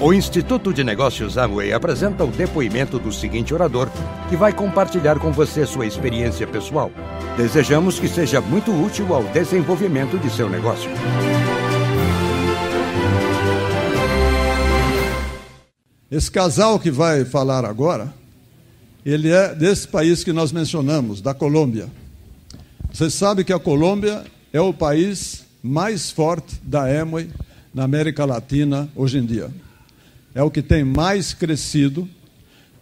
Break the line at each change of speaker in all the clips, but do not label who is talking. O Instituto de Negócios Amway apresenta o depoimento do seguinte orador, que vai compartilhar com você sua experiência pessoal. Desejamos que seja muito útil ao desenvolvimento de seu negócio.
Esse casal que vai falar agora, ele é desse país que nós mencionamos, da Colômbia. Você sabe que a Colômbia é o país mais forte da Amway na América Latina hoje em dia é o que tem mais crescido.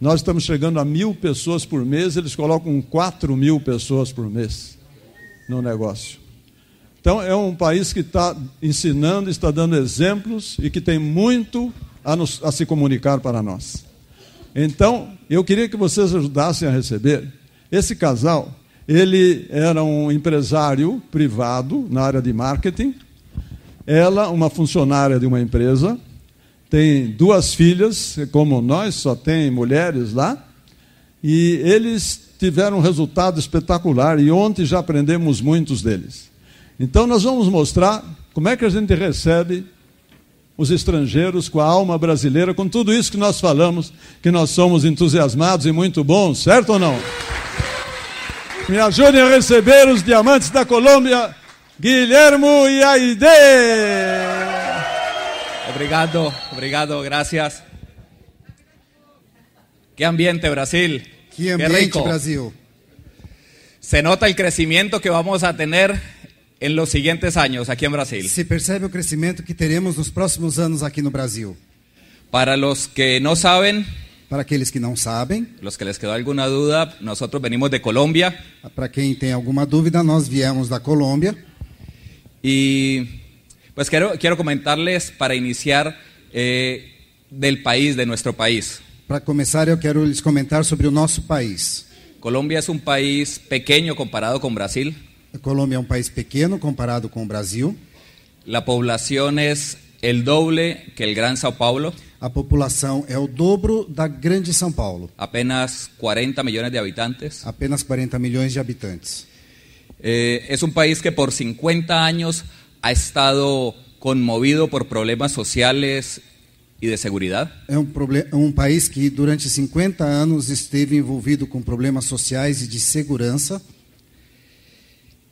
Nós estamos chegando a mil pessoas por mês, eles colocam 4 mil pessoas por mês no negócio. Então, é um país que está ensinando, está dando exemplos e que tem muito a, nos, a se comunicar para nós. Então, eu queria que vocês ajudassem a receber. Esse casal, ele era um empresário privado na área de marketing, ela, uma funcionária de uma empresa tem duas filhas, como nós, só tem mulheres lá, e eles tiveram um resultado espetacular e ontem já aprendemos muitos deles. Então nós vamos mostrar como é que a gente recebe os estrangeiros com a alma brasileira, com tudo isso que nós falamos, que nós somos entusiasmados e muito bons, certo ou não? Me ajudem a receber os diamantes da Colômbia, Guilhermo e Aide.
Obrigado, obrigado, gracias. Qué ambiente, Brasil.
Qué ambiente, rico. Brasil.
Se nota el crecimiento que vamos a tener en los siguientes años aquí en Brasil.
Se percebe o crescimento que teremos nos próximos anos aqui no Brasil.
Para los que no saben,
Para aqueles que não sabem,
los que les quedó alguna duda, nosotros venimos de Colombia
para quem tem alguma dúvida, nós viemos da Colômbia.
y pues quiero, quiero, comentarles para iniciar eh, del país, de nuestro país.
Para comenzar, yo quiero les comentar sobre nuestro país.
Colombia es un país pequeño comparado con Brasil.
Colombia es un é um país pequeño comparado con Brasil.
La población es el doble que el Gran Sao Paulo.
La población es el é dobro da Grande São Paulo.
Apenas 40 millones de habitantes.
Apenas 40 millones de habitantes.
Eh, es un país que por 50 años ha estado conmovido por problemas sociales y de seguridad.
É um, um país que durante 50 anos esteve envolvido com problemas sociais e de segurança.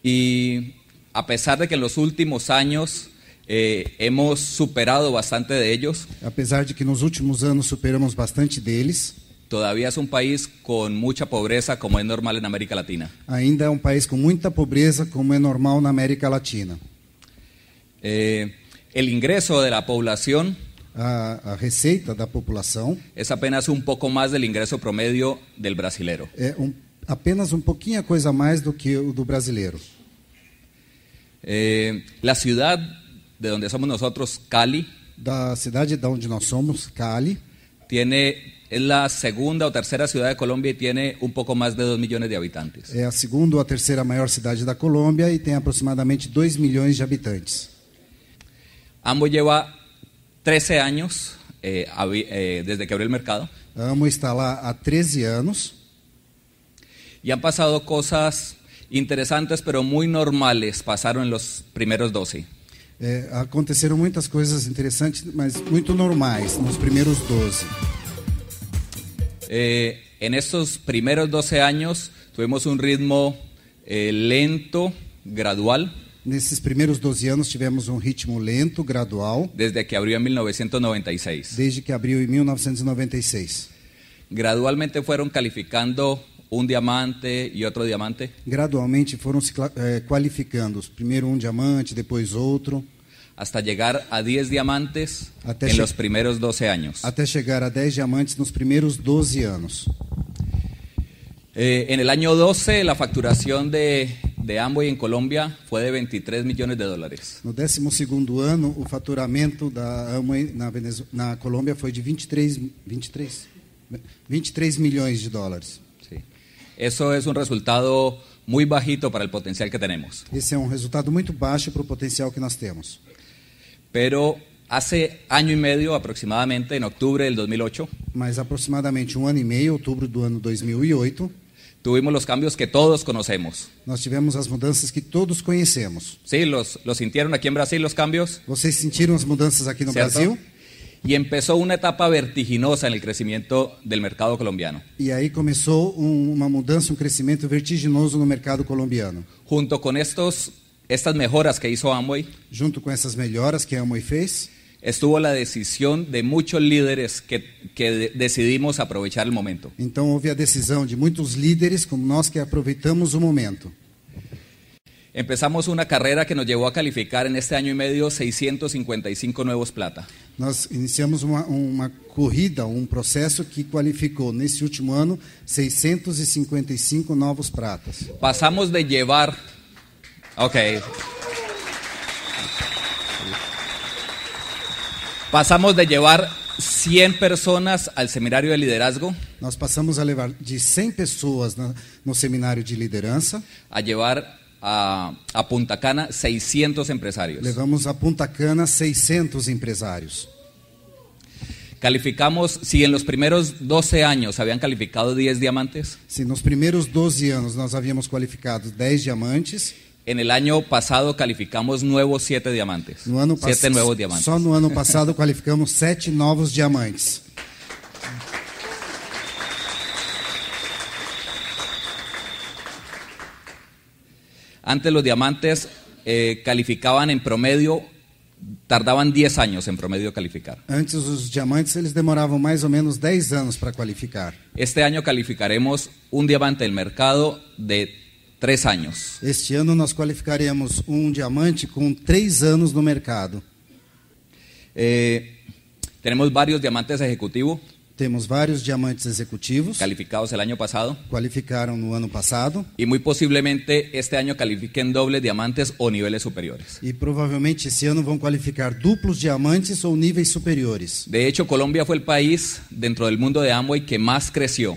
E a pesar de que en los últimos años eh, hemos superado bastante de ellos.
Apesar de que nos últimos anos superamos bastante deles.
Todavía es un país con mucha pobreza como es normal en América Latina.
Ainda é um país com muita pobreza como é normal na América Latina.
Eh, el ingreso de la población
a, a receita da população
es apenas un poco más del ingreso promedio del brasileiro.
É um, apenas um pouquinho a coisa mais do que o do brasileiro.
Eh, la ciudad de donde somos nosotros, Cali,
da cidade de onde nós somos, Cali,
tiene es la segunda o tercera ciudad de Colombia y tiene un poco más de 2 millones de habitantes.
É a segunda ou a terceira maior cidade da Colômbia e tem aproximadamente 2 milhões de habitantes.
Amo lleva 13 años eh, eh, desde que abrió el mercado.
Amo está lá há 13 anos.
Y han pasado cosas interesantes, pero muy normales, pasaron en los primeros 12.
Eh, aconteceram muitas coisas interessantes, mas muito normais nos primeiros 12.
Eh, en estos primeros 12 años tuvimos un ritmo eh, lento, gradual.
Nesses primeiros 12 anos tivemos um ritmo lento, gradual.
Desde que abriu em 1996.
Desde que abriu em 1996.
Gradualmente foram calificando um diamante e outro diamante.
Gradualmente foram se eh, qualificando, primeiro um diamante, depois outro.
Hasta chegar a 10 diamantes até em los primeiros 12 anos.
Até chegar a 10 diamantes nos primeiros 12 anos.
Eh, en el año 12 la facturación de de Amway en Colombia fue de 23 millones de dólares.
No 12 ano, o faturamento da Amway na, Venezuela, na Colômbia foi de 23, 23, 23 milhões de dólares.
Sí. Eso es un resultado muy bajito para el potencial que tenemos.
Esse é um resultado muito baixo para o potencial que nós temos.
Pero hace año y medio aproximadamente, en octubre del 2008.
Mas aproximadamente um ano e meio, outubro do ano 2008
tuvimos los cambios que todos conocemos.
Nós tivemos as mudanças que todos conhecemos.
Sí, los, los sintieron aquí en Brasil los cambios.
Vocês sentiram as mudanças aqui no
¿Cierto?
Brasil?
y empezó una etapa vertiginosa en el crecimiento del mercado colombiano,
E aí começou um- uma mudança, um crescimento vertiginoso no mercado colombiano.
junto con estos, estas mejoras que hizo Amway.
Junto com essas melhoras que a Amway fez,
estuvo la decisión de muchos líderes que, que de- decidimos aprovechar el momento.
então houve a decisão de muitos líderes, como nós, que aproveitamos o momento.
Empezamos una carrera que nos llevó a calificar en este año y medio 655 nuevos plata.
Nós iniciamos uma, uma corrida, um processo que qualificou, nesse último ano, 655 novos pratas.
Pasamos de llevar... Ok. Pasamos de llevar 100 personas al seminario de liderazgo
Nós passamos a levar de 100 pessoas na, no seminário de liderança,
a llevar a, a Punta Cana 600 empresarios.
levamos a Punta Cana 600 empresários.
Calificamos, si en los primeros 12 años habían calificado 10 diamantes,
Se nos primeiros 12 anos nós havíamos qualificado 10 diamantes,
En el año pasado calificamos nuevos siete diamantes.
no ano
siete
pass-
nuevos diamantes.
Só no ano passado qualificamos 7 novos diamantes.
Antes los diamantes eh, calificaban en promedio, tardaban 10 años en promedio de calificar.
Antes os diamantes eles demoravam mais ou menos 10 anos para qualificar.
Este año calificaremos un diamante del mercado de 3 años.
Este ano nós qualificaremos um diamante com 3 anos no mercado.
Eh, tenemos varios diamantes ejecutivos
Temos vários diamantes executivos,
calificados el año pasado
qualificaram no ano passado,
y muy posiblemente este año califiquen dobles diamantes o niveles superiores.
e provavelmente esse ano vão qualificar duplos diamantes ou níveis superiores.
De hecho, Colombia fue el país dentro del mundo de Amway que más creció.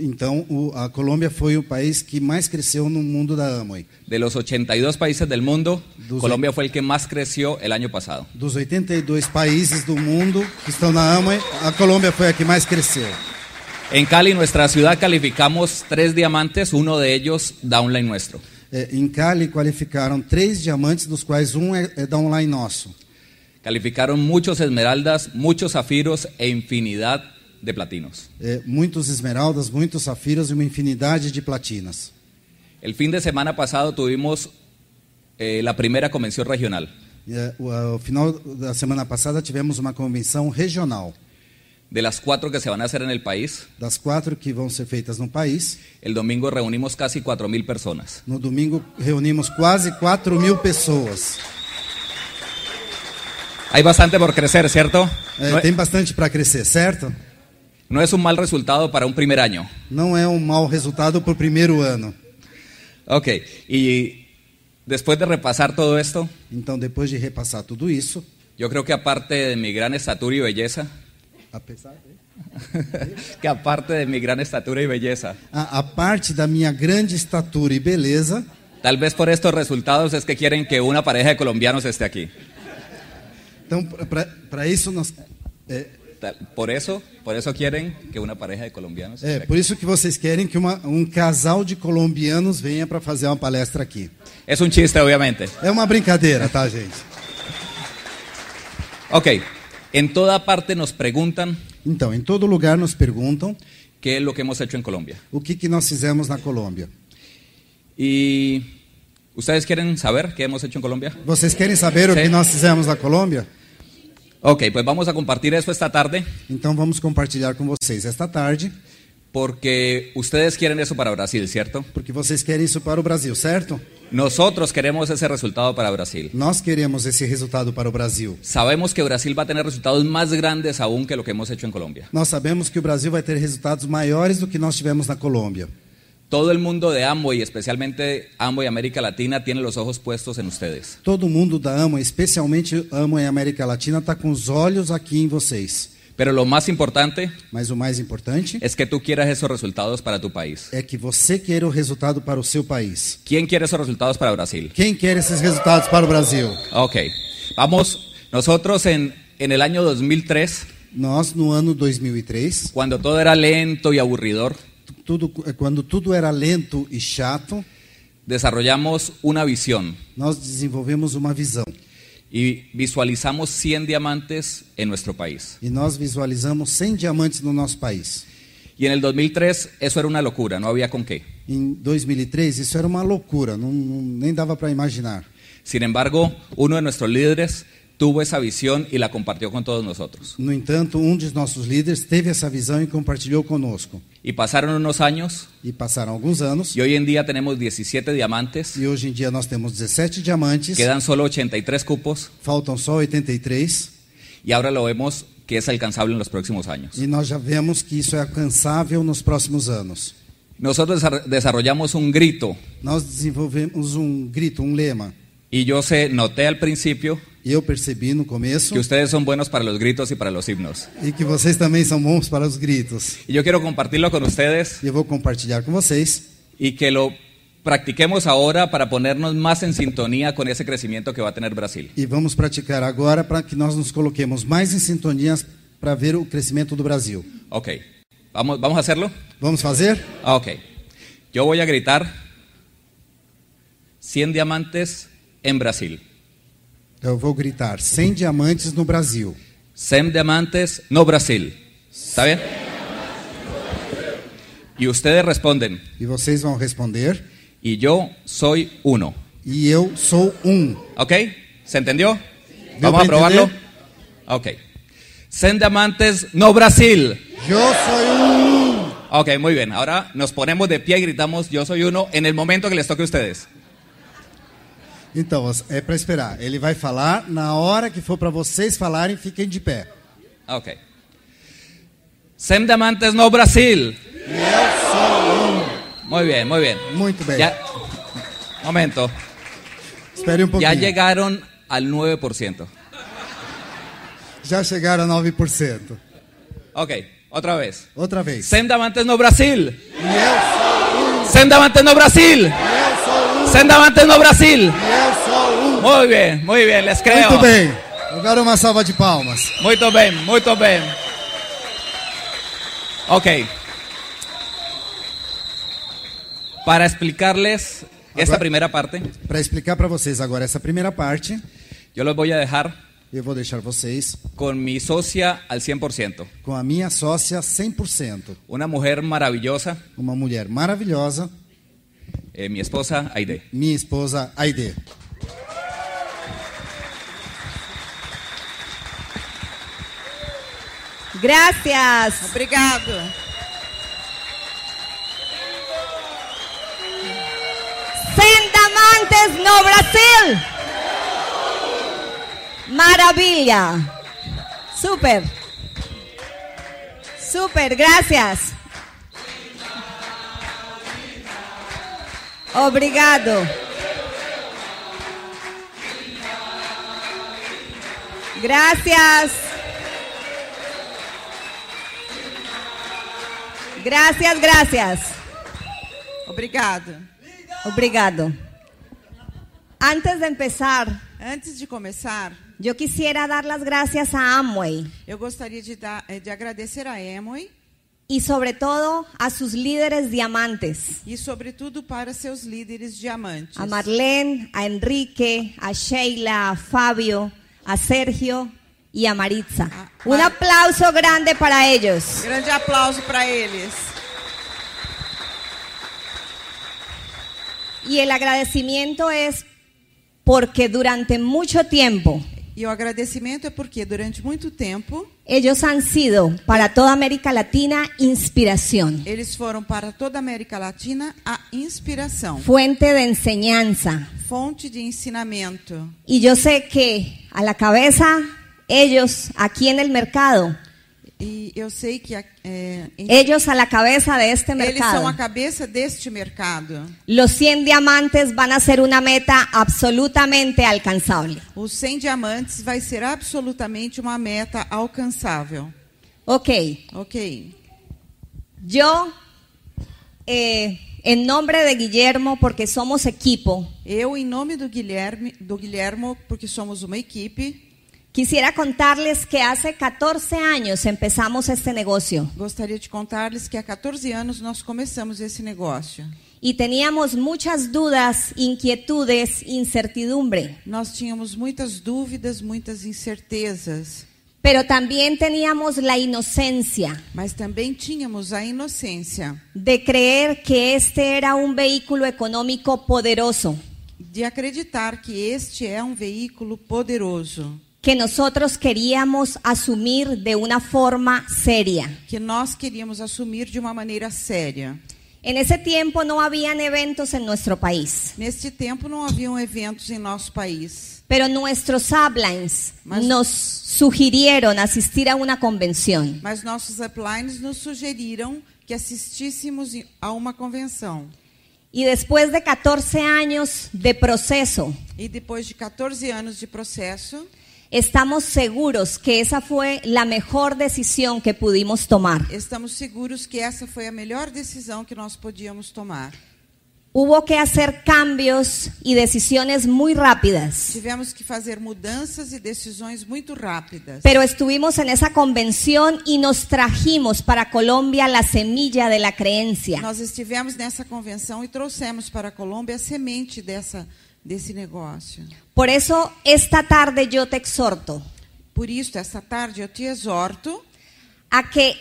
Então, o- a Colômbia foi o país que mais cresceu no mundo da Amway.
De los 82 países del mundo,
Dos-
Colombia fue el que más creció el año pasado.
Dos 82 países do mundo que estão na Amway, a Colômbia foi a que mais cresceu.
En Cali, nuestra ciudad, calificamos tres diamantes, uno de ellos downline nuestro.
É, em Cali, qualificaram três diamantes, dos quais um é, é da online nosso.
Calificaron muchos esmeraldas, muchos zafiros e infinidad de platinos.
É, muitos esmeraldas, muitos safiras e uma infinidade de platinas.
El fin de semana pasado tuvimos eh, la primera convención regional.
É, o, a- o final da semana passada tivemos uma convenção regional.
De las cuatro que se van a hacer en el país,
Das quatro que vão ser feitas no país,
el domingo reunimos casi 4.000 personas.
no domingo reunimos quase 4 mil pessoas.
Hay bastante por crecer, ¿cierto?
É,
No-
tem bastante para crescer, certo?
no es un mal resultado para un primer año.
Não é um mau resultado para o primeiro ano.
Ok, y después de repasar todo esto,
Então, depois de repassar tudo isso,
yo creo que aparte de mi gran estatura y belleza,
apesar de...
que aparte de mi gran estatura y belleza,
a, a parte da minha grande estatura e beleza,
tal vez por estos resultados es que quieren que una pareja de colombianos esté aquí.
então para isso nós é,
Tal- por eso, por eso quieren que una pareja de colombianos
é
esté
por
aquí.
isso que vocês querem que uma, um casal de colombianos venha para fazer uma palestra aqui.
Es un chiste, obviamente.
É uma brincadeira, tá, gente?
Ok, en toda parte nos preguntan
Então, em todo lugar nos perguntam
qué es lo que hemos hecho en Colombia.
o que, que nós fizemos na Colômbia.
Y ustedes quieren saber qué hemos hecho en Colombia.
Vocês querem saber o
Sim.
que nós fizemos na Colômbia?
Ok, pues vamos a compartir eso esta tarde
Então vamos compartilhar com vocês esta tarde,
porque ustedes quieren eso para Brasil, ¿cierto?
porque vocês querem isso para o Brasil, certo?
Nosotros queremos ese resultado para Brasil.
Nós queremos esse resultado para o Brasil.
Sabemos que Brasil va a tener resultados más grandes aún que lo que hemos hecho en Colombia.
Nós sabemos que o Brasil vai ter resultados maiores do que nós tivemos na Colômbia.
Todo el mundo de Amway, especialmente Amway América Latina, tiene los ojos puestos en ustedes.
Todo mundo da AMA, especialmente AMA em América Latina, está com os olhos aqui em vocês.
Pero lo más importante
Mas o mais importante
es que tú quieras esos resultados para tu país.
é que você queira o resultado para o seu país.
¿Quién quiere esos resultados para Brasil?
Quem quer esses resultados para o Brasil?
Ok, vamos. Nosotros en, en el año 2003,
Nós, no ano 2003,
cuando todo era lento y aburridor,
tudo, quando tudo era lento e chato,
desarrollamos una visión
nós desenvolvemos uma visão
y visualizamos 100 diamantes en nuestro país.
E nós visualizamos 100 diamantes no nosso país.
Y en el 2003 eso era una locura, no había con qué.
Em 2003, isso era uma loucura, não, não- nem dava para imaginar.
Sin embargo, uno de nuestros líderes tuvo esa visión y la compartió con todos nosotros.
No entanto, um dos nossos líderes teve essa visão e compartilhou conosco.
Y pasaron unos años
E passaram alguns anos,
y hoy en día tenemos 17 diamantes,
e hoje em dia nós temos 17 diamantes,
quedan solo 83 cupos
faltam só 83,
y ahora lo vemos que es alcanzable en los próximos años.
e nós já vemos que isso é alcançável nos próximos anos.
Nosotros desar- desarrollamos un grito
Nós desenvolvemos um grito, um lema.
y yo sé, noté al principio
E eu percebi no começo
que ustedes son buenos para los gritos y para los himnos.
e que vocês também são bons para os gritos.
Y yo quiero compartirlo con ustedes
E eu vou compartilhar com vocês
y que lo practiquemos ahora para ponernos más en sintonía con ese crecimiento que va a tener Brasil.
e vamos praticar agora para que nós nos coloquemos mais em sintonia para ver o crescimento do Brasil.
Ok, vamos, vamos a hacerlo.
Vamos fazer?
Ah, ok, yo voy a gritar 100 diamantes en Brasil.
Eu vou gritar 100 diamantes no Brasil.
100 diamantes, no Brasil. ¿Está bien? Y ustedes responden,
E vocês vão responder.
y yo soy uno.
E eu sou um.
¿Ok? ¿Se entendió?
Deu
Vamos a
pra
probarlo.
entender?
Ok. 100 diamantes, no Brasil.
Eu sou um.
Ok, muy bien. Ahora nos ponemos de pie y gritamos yo soy uno en el momento que les toque a ustedes.
Então, é para esperar. Ele vai falar. Na hora que for para vocês falarem, fiquem de pé.
Ok. 100 diamantes, no Brasil. Muy bien, muy bien.
Muito bem.
Ya- Momento.
Espere um pouquinho.
Ya llegaron al 9%.
Já chegaram a 9%.
Ok, otra vez.
Outra vez.
Senda Diamantes no Brasil.
E eu
Senda Diamantes no Brasil. Senda Diamantes no Brasil. Muy bien, muy bien, les creo.
Muito bem. Agora uma salva de palmas.
Muy bien, muy bien. Ok. Para explicarles esta
Agora-
primera parte,
Para explicar para vocês agora essa primeira parte,
yo los voy a dejar
eu vou deixar vocês
con mi socia al 100%.
com a minha sócia 100%.
Una mujer maravillosa,
Uma mulher maravilhosa,
eh, mi esposa Aide.
minha esposa Aide.
Gracias.
Obrigado.
Sendamantes, no Brasil. Maravilla. Súper. Súper, gracias. Obrigado. Gracias. Gracias, gracias.
Obrigado.
Obrigado. Antes de empezar,
Antes de começar,
yo quisiera dar las gracias a Amway
eu gostaria de, dar, eh, de agradecer a Emoi
y sobre todo a sus líderes diamantes,
e, sobretudo, para seus líderes diamantes.
a Marlene, a Enrique, a Sheila, a Fabio, a Sergio y a Maritza.
Ah,
Un
Mar-
aplauso grande para ellos.
Grande aplauso para eles.
Y el agradecimiento es porque durante mucho tiempo
E o agradecimento é porque, durante muito tempo,
ellos han sido para toda América Latina inspiración,
eles foram para toda a América Latina a inspiração,
fuente de enseñanza,
fonte de ensinamento.
Y yo sé que a la cabeza ellos aquí en el mercado,
E eu sei que a- eh, em-
ellos a la cabeza de este
eles são
mercado.
a cabeça deste mercado.
Los 100 diamantes van a ser una meta absolutamente alcanzable.
Os 100 diamantes vai ser absolutamente uma meta alcançável.
Ok,
Ok.
yo eh, en nombre de Guillermo, porque somos equipo,
Eu, em nome do Guilherme, do Guilhermo, porque somos uma equipe,
quisiera contarles que hace 14 años empezamos este negocio
gostaria de contar-lhes que há 14 anos nós começamos esse negócio.
y teníamos muchas dudas, inquietudes, incertidumbre,
Nós tínhamos muitas dúvidas, muitas incertezas,
pero también teníamos la inocencia
mas também tínhamos a inocência
de creer que este era un vehículo económico poderoso
de acreditar que este é um veículo poderoso
que nosotros queríamos asumir de una forma seria.
que nós queríamos assumir de uma maneira séria.
En ese tiempo no habían eventos en nuestro país,
Neste tempo não haviam eventos em nosso país,
pero nuestros uplines
Mas-
nos sugirieron asistir a una convención.
mas nossos uplines nos sugeriram que assistíssemos em- a uma convenção.
Y después de 14 años de proceso,
E depois de 14 anos de processo,
estamos seguros que esa fue la mejor decisión que pudimos tomar.
estamos seguros que essa foi a melhor decisão que nós podíamos tomar.
Hubo que hacer cambios y decisiones muy rápidas,
Tivemos que fazer mudanças e decisões muito rápidas.
pero estuvimos en esa convención y nos trajimos para Colombia la semilla de la creencia.
Nós estivemos nessa convenção e trouxemos para a Colômbia a semente dessa, desse negócio.
Por eso esta tarde yo te exhorto
Por isso, esta tarde eu te exorto
a que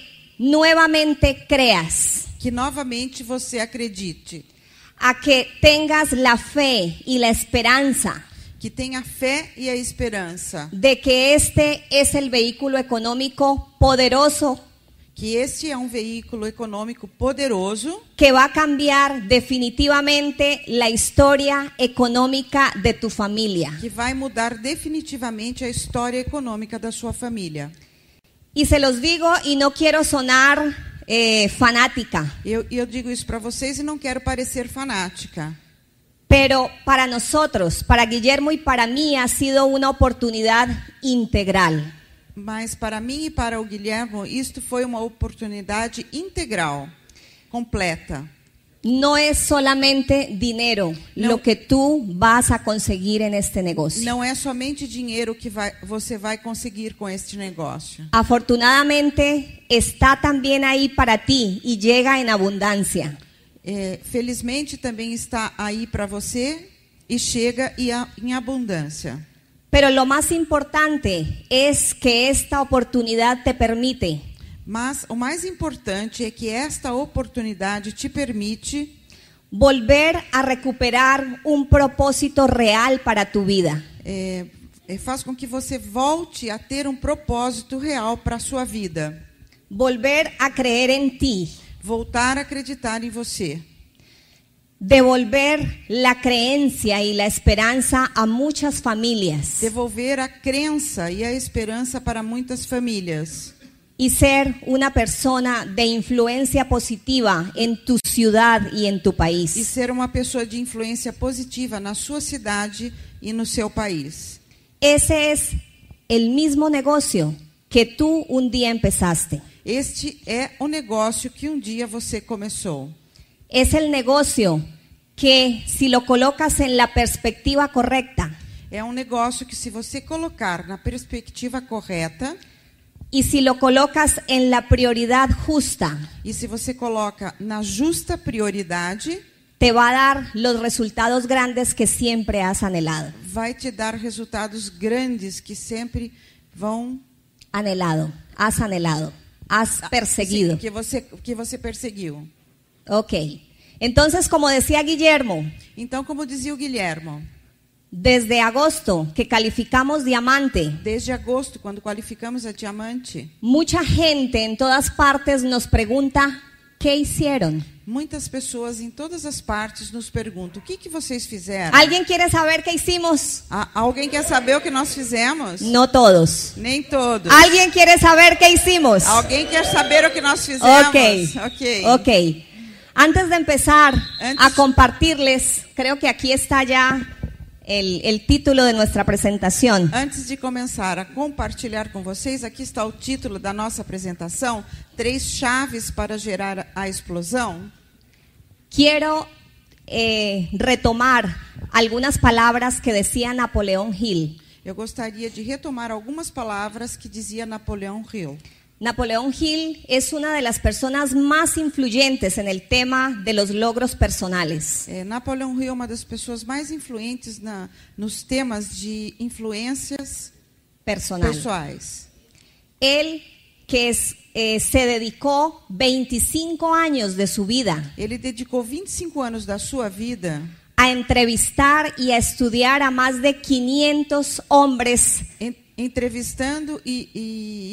nuevamente creas,
que novamente você acredite,
a que tengas la fe y la esperanza
que tenha fé e a esperança
de que este es el vehículo económico poderoso
que este é um veículo econômico poderoso
que va a cambiar definitivamente la historia económica de tu familia.
que vai mudar definitivamente a história econômica da sua família.
Y se los digo y no quiero sonar eh, fanática,
Eu, eu digo isso para vocês e não quero parecer fanática,
pero para nosotros, para Guillermo y para mí ha sido una oportunidad integral.
mas para mim e para o Guilherme, isto foi uma oportunidade integral, completa.
No es solamente dinero
No.
lo que tú vas a conseguir en este negocio.
Não é somente dinheiro que vai, você vai conseguir com este negócio.
Afortunadamente está también ahí para ti y llega en abundancia.
É, felizmente também está aí para você e chega e a- em abundância.
Pero lo más importante es que esta oportunidad te permite
Mas o mais importante é que esta oportunidade te permite
volver a recuperar un propósito real para tu vida.
é, é, faz com que você volte a ter um propósito real para a sua vida.
Volver a creer en ti.
Voltar a acreditar em você.
Devolver la creencia y la esperanza a muchas familias.
Devolver a crença e a esperança para muitas famílias.
y ser una persona de influencia positiva en tu ciudad y en tu
E
país.
ser uma pessoa de influência positiva na sua cidade e no seu país.
Ese es el mismo negocio que tú un día empezaste.
Este é o negócio que um dia você começou.
Es el negocio que si lo colocas en la perspectiva correcta
É um negócio que, se você colocar na perspectiva correta
y si lo colocas en la prioridad justa,
e se você coloca na justa prioridade,
te va a dar los resultados grandes que siempre has anhelado.
vai te dar resultados grandes que sempre vão
Anhelado, has anhelado, has perseguido.
Sim, que você que você perseguiu.
Ok. Entonces, como decía Guillermo,
Então, como dizia o Guilhermo,
Desde agosto, que calificamos diamante,
desde agosto, quando qualificamos a diamante,
mucha gente en todas partes nos pregunta, ¿qué hicieron?
muitas pessoas em todas as partes nos perguntam: "O que que vocês fizeram?"
¿Alguien quiere saber qué hicimos?
A- alguém quer saber o que nós fizemos?
No todos.
Nem todos.
¿Alguien quiere saber qué hicimos?
Alguém quer saber o que nós fizemos?
Ok.
Ok.
Ok. Antes de empezar
Antes-
a compartirles, creo que aquí está ya el, el título de nuestra presentación.
Antes de começar a compartilhar com vocês, aqui está o título da nossa apresentação: Três chaves para gerar a explosão.
Quiero eh, retomar algunas palabras que decía Napoleón Hill.
Eu gostaria de retomar algumas palavras que dizia Napoleão Hill.
Napoleón Hill es una de las personas más influyentes en el tema de los logros personales.
É, Napoleão Hill é uma das pessoas mais influentes na, nos temas de influências
Personal.
pessoais.
Él que es- eh, se dedicó 25 años de su vida
Ele dedicou 25 anos da sua vida
a entrevistar y a estudiar a más de 500 hombres
en- entrevistando e,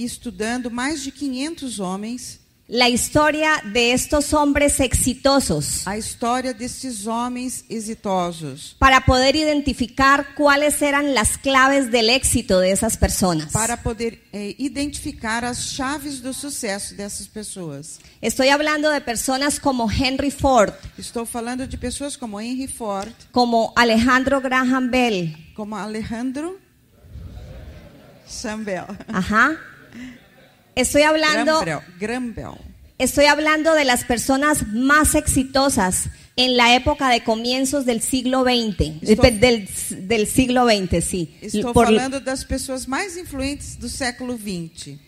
e estudando mais de 500 homens,
la historia de estos hombres exitosos
a história desses homens exitosos,
para poder identificar cuáles eran las claves del éxito de esas personas.
para poder eh, identificar as chaves do sucesso dessas pessoas.
Estoy hablando de personas como Henry Ford,
Estou falando de pessoas como Henry Ford,
como Alejandro Graham Bell,
como Alejandro Sambel.
ajá. Estoy hablando
Grambel. Grambel.
Estoy hablando de las personas más exitosas en la época de comienzos del siglo XX,
Estoy-
del, del siglo XX, sí.
Estou
Por-
falando das pessoas mais influentes do século XX.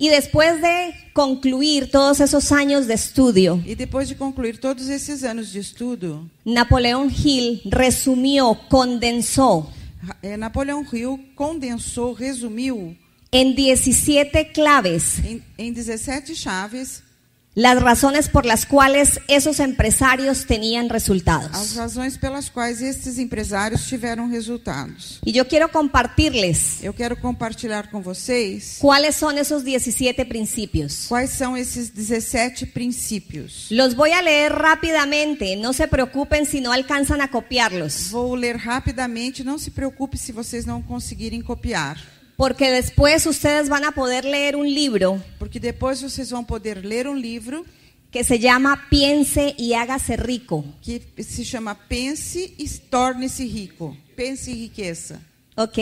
y después de concluir todos esos años de estudio,
E depois de concluir todos esses anos de estudo,
Napoleón Hill resumió, condensó
Ra- eh, Napoleão Hill condensou, resumiu
en 17 claves
em, em 17 chaves
las razones por las cuales esos empresarios tenían
as
resultados.
razões pelas quais esses empresários tiveram resultados.
Y yo quiero compartirles
Eu quero compartilhar com vocês
cuáles son esos 17 principios.
quais são esses 17 princípios.
Los voy a leer rápidamente, no se preocupen si no alcanzan a copiarlos,
Vou ler rapidamente, não se preocupe se vocês não conseguirem copiar,
porque después ustedes van a poder leer un libro
porque depois vocês vão poder ler um livro
que se llama Piense y hágase rico,
que se chama Pense e Torne-se Rico. Pense e Riqueza,
¿ok?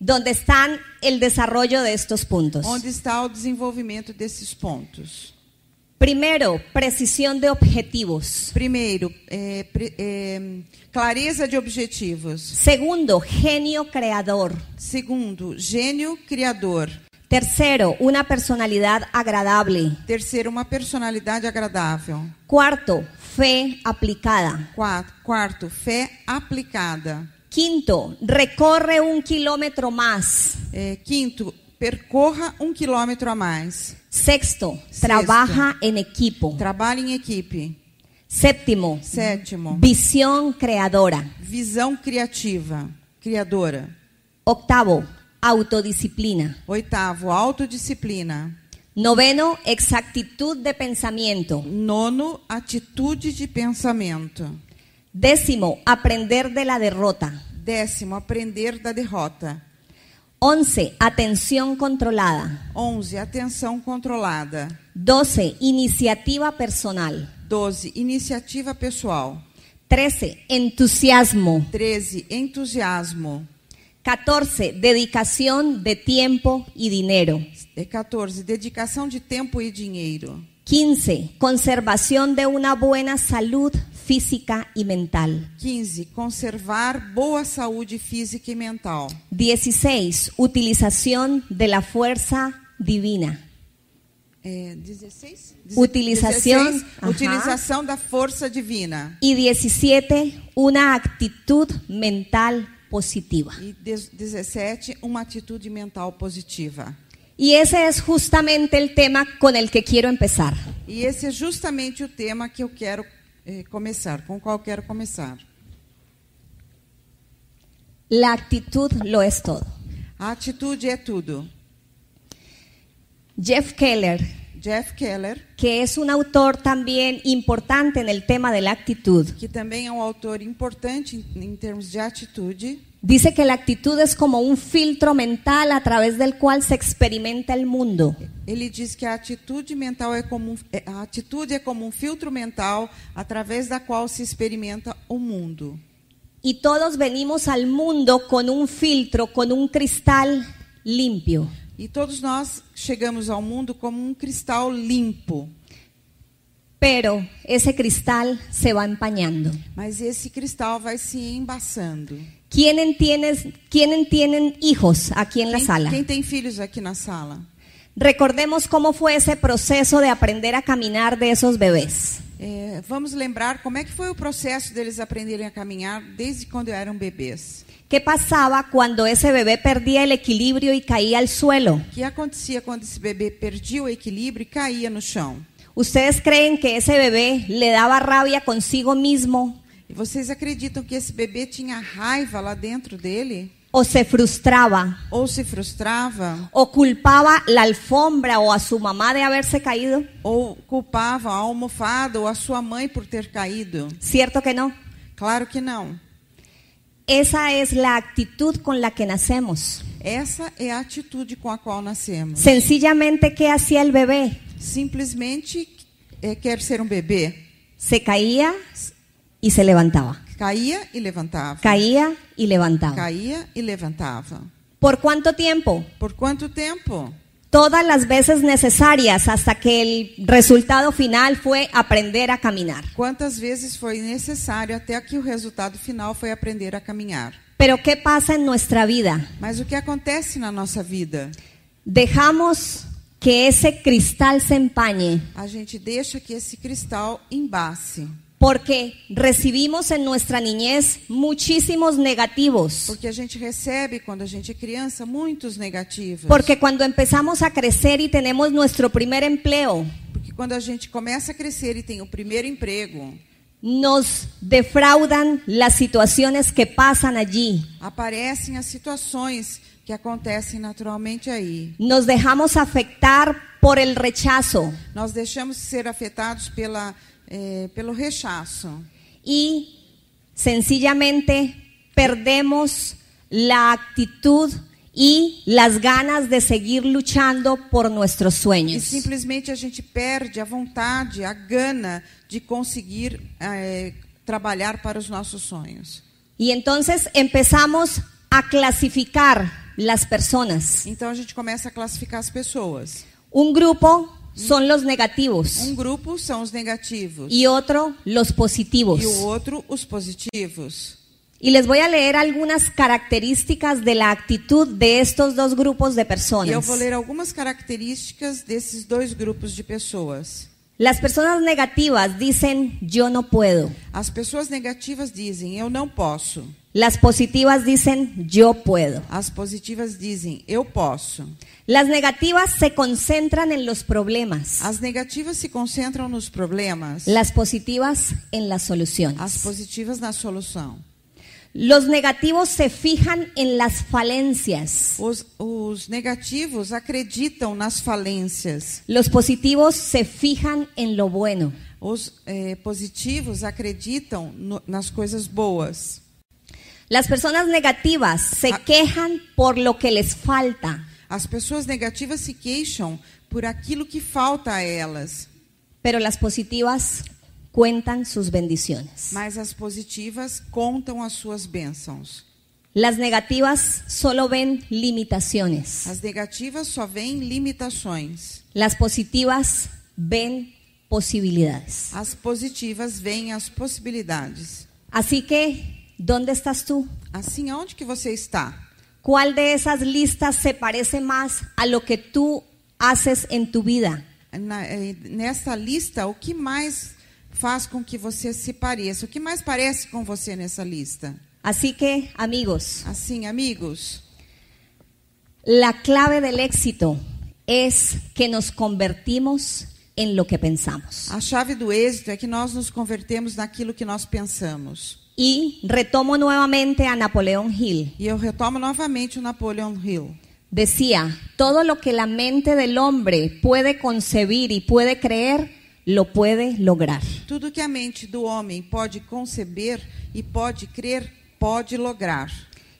Donde están el desarrollo de estos puntos.
onde está o desenvolvimento desses pontos.
Primero, precisión de objetivos.
Primeiro, é, pre- é, clareza de objetivos.
Segundo, genio creador.
Segundo, gênio criador.
Tercero, una personalidad agradable.
Terceiro, uma personalidade agradável.
Cuarto, fe aplicada.
Qua- Quarto, fé aplicada.
Quinto, recorre un kilómetro más.
É, quinto, percorra um quilômetro a mais.
Sexto,
Sexto.
trabaja en equipo.
Trabalhe em equipe.
Séptimo,
Sétimo,
visión creadora.
visão criativa, criadora.
Octavo, autodisciplina.
Oitavo, autodisciplina.
Noveno, exactitud de pensamiento.
Nono, atitude de pensamento.
Décimo, aprender de la derrota.
Décimo, aprender da derrota.
Once, atención controlada.
Onze, atenção controlada.
Doce, iniciativa personal.
Doze, iniciativa pessoal.
Trece, entusiasmo.
Treze, entusiasmo.
Catorce, dedicación de tiempo y dinero.
É, 14. Dedicação de tempo e dinheiro.
15. Conservación de una buena salud física y mental.
15. Conservar boa saúde física e mental.
16. Utilización de la fuerza divina.
É, 16?
Utilização.
16,
Aham.
utilização da força divina.
Y 17. Una actitud mental positiva.
E de- 17. Uma atitude mental positiva.
Y ese es justamente el tema con el que quiero empezar.
E esse é justamente o tema que eu quero eh, começar, com qual quero começar.
La actitud lo es todo.
A atitude é tudo.
Jeff Keller,
Jeff Keller,
que es un autor también importante en el tema de la actitud,
que também é um autor importante em, em termos de atitude,
Dice que la actitud es como un filtro mental a través del cual se experimenta el mundo.
Ele diz que a atitude mental é como um- é- a atitude é como um filtro mental através da qual se experimenta o mundo.
Y todos venimos al mundo con un filtro, con un cristal limpio.
E todos nós chegamos ao mundo como um cristal limpo,
Pero ese cristal se va empañando.
mas esse cristal vai se embaçando.
¿Quiénes tienen, quiénes tienen hijos aquí en la
quem,
sala?
quem tem filhos aqui na sala?
Recordemos cómo fue ese proceso de aprender a caminar de esos bebés.
É, vamos lembrar como é que foi o processo deles aprenderem a caminhar desde quando eram bebês.
¿Qué pasaba cuando ese bebé perdía el equilibrio y caía al suelo?
O que acontecia quando esse bebê perdia o equilíbrio e caía no chão?
¿Ustedes creen que ese bebé le daba rabia consigo mismo
E vocês acreditam que esse bebê tinha raiva lá dentro dele?
o se frustraba
Ou se frustrava?
o culpaba la alfombra o a su mamá de haberse caído?
Ou culpava a almofada ou a sua mãe por ter caído?
¿Cierto que no?
Claro que não.
Esa es la actitud con la que nacemos.
Essa é a atitude com a qual nascemos.
Sencillamente, ¿qué hacía el bebé?
Simplesmente é, quer ser um bebê.
Se caía y se levantaba.
Caía e levantava.
Caía y levantaba.
Caía e levantava.
¿Por cuánto tiempo?
Por quanto tempo?
Todas las veces necesarias hasta que el resultado final fue aprender a caminar.
Quantas vezes foi necessário até que o resultado final foi aprender a caminhar?
Pero ¿qué pasa en nuestra vida?
Mas o que acontece na nossa vida?
Dejamos que ese cristal se empañe
A gente deixa que esse cristal embace,
porque recibimos en nuestra niñez muchísimos negativos.
porque a gente recebe quando a gente é criança muitos negativos.
Porque cuando empezamos a crecer y tenemos nuestro primer empleo,
Porque quando a gente começa a crescer e tem o primeiro emprego,
nos defraudan las situaciones que pasan allí.
aparecem as situações que acontecem naturalmente aí.
Nos dejamos afectar por el rechazo
Nós deixamos ser afetados pela, eh, pelo rechaço
y sencillamente perdemos la actitud y las ganas de seguir luchando por nuestros
e
sueños.
simplesmente a gente perde a vontade, a gana de conseguir eh, trabalhar para os nossos sonhos.
Y entonces empezamos a clasificar las personas.
Então a gente começa a classificar as pessoas.
Un grupo son los negativos
Um grupo são os negativos
y otro los positivos.
e o outro os positivos.
Y les voy a leer algunas características de la actitud de estos dos grupos de
E eu
personas.
vou ler algumas características desses dois grupos de pessoas.
Las personas negativas dicen yo no puedo.
As pessoas negativas dizem eu não posso.
Las positivas dicen yo puedo.
As positivas dizem eu posso.
Las negativas se concentran en los problemas.
As negativas se concentram nos problemas,
Las positivas en las
as
soluciones.
positivas na solução.
Los negativos se fijan en las falencias.
Os, os negativos acreditam nas falências.
Los positivos se fijan en lo bueno.
Os eh, positivos acreditam no, nas coisas boas.
Las personas negativas se
Ah.
quejan por lo que les falta.
As pessoas negativas se queixam por aquilo que falta a elas,
Pero las positivas cuentan sus bendiciones.
mas as positivas contam as suas bênçãos.
Las negativas solo ven limitaciones.
As negativas só veem limitações.
Las positivas ven posibilidades.
As positivas veem as possibilidades.
Así que, ¿dónde estás tú?
Assim, aonde que você está?
¿Cuál de esas listas se parece más a lo que tú haces en tu vida?
Na, eh, nessa lista, o que mais faz com que você se pareça? O que mais parece com você nessa lista?
Así que, amigos,
Assim, amigos,
la clave del éxito es que nos convertimos en lo que pensamos.
a chave do êxito é que nós nos convertemos naquilo que nós pensamos.
Y retomo nuevamente a Napoleón Hill.
E eu retomo novamente o Napoleon Hill.
Decía, todo lo que la mente del hombre puede concebir y puede creer, lo puede lograr.
Tudo que a mente do homem pode conceber e pode crer, pode lograr,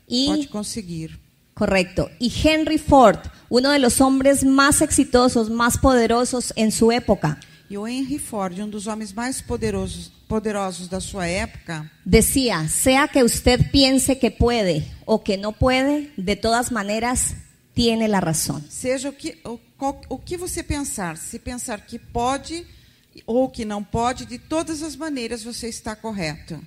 pode
Y
conseguir.
Correcto. Y Henry Ford, uno de los hombres más exitosos, más poderosos en su época,
E o Henry Ford, um dos homens mais poderosos, poderosos da sua época,
decía, sea que usted piense que puede o que no puede, de todas maneras tiene la razón.
seja o que, o, qual- o que você pensar, se pensar que pode ou que não pode, de todas as maneiras você está correto.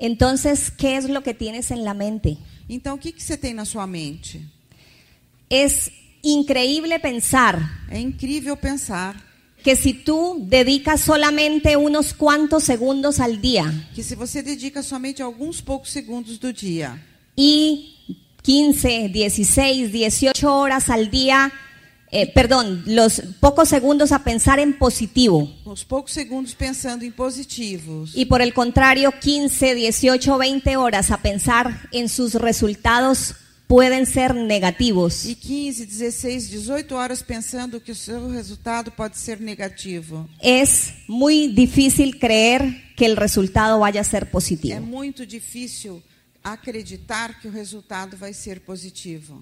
Entonces, ¿qué es lo que tienes en la mente?
Então, o que, que você tem na sua mente?
Es increíble pensar
É incrível pensar
que si tú dedicas solamente unos cuantos segundos al día
que se você dedica somente alguns poucos segundos do dia
y 15, 16, 18 horas al día, eh, perdón, los pocos segundos a pensar en positivo
uns poucos segundos pensando em positivos
y por el contrario 15, 18, 20 horas a pensar en sus resultados pueden ser negativos.
e 15, 16, 18 horas pensando que o seu resultado pode ser negativo.
Es muy difícil creer que el resultado vaya a ser
É
positivo.
muito difícil acreditar que o resultado vai ser positivo.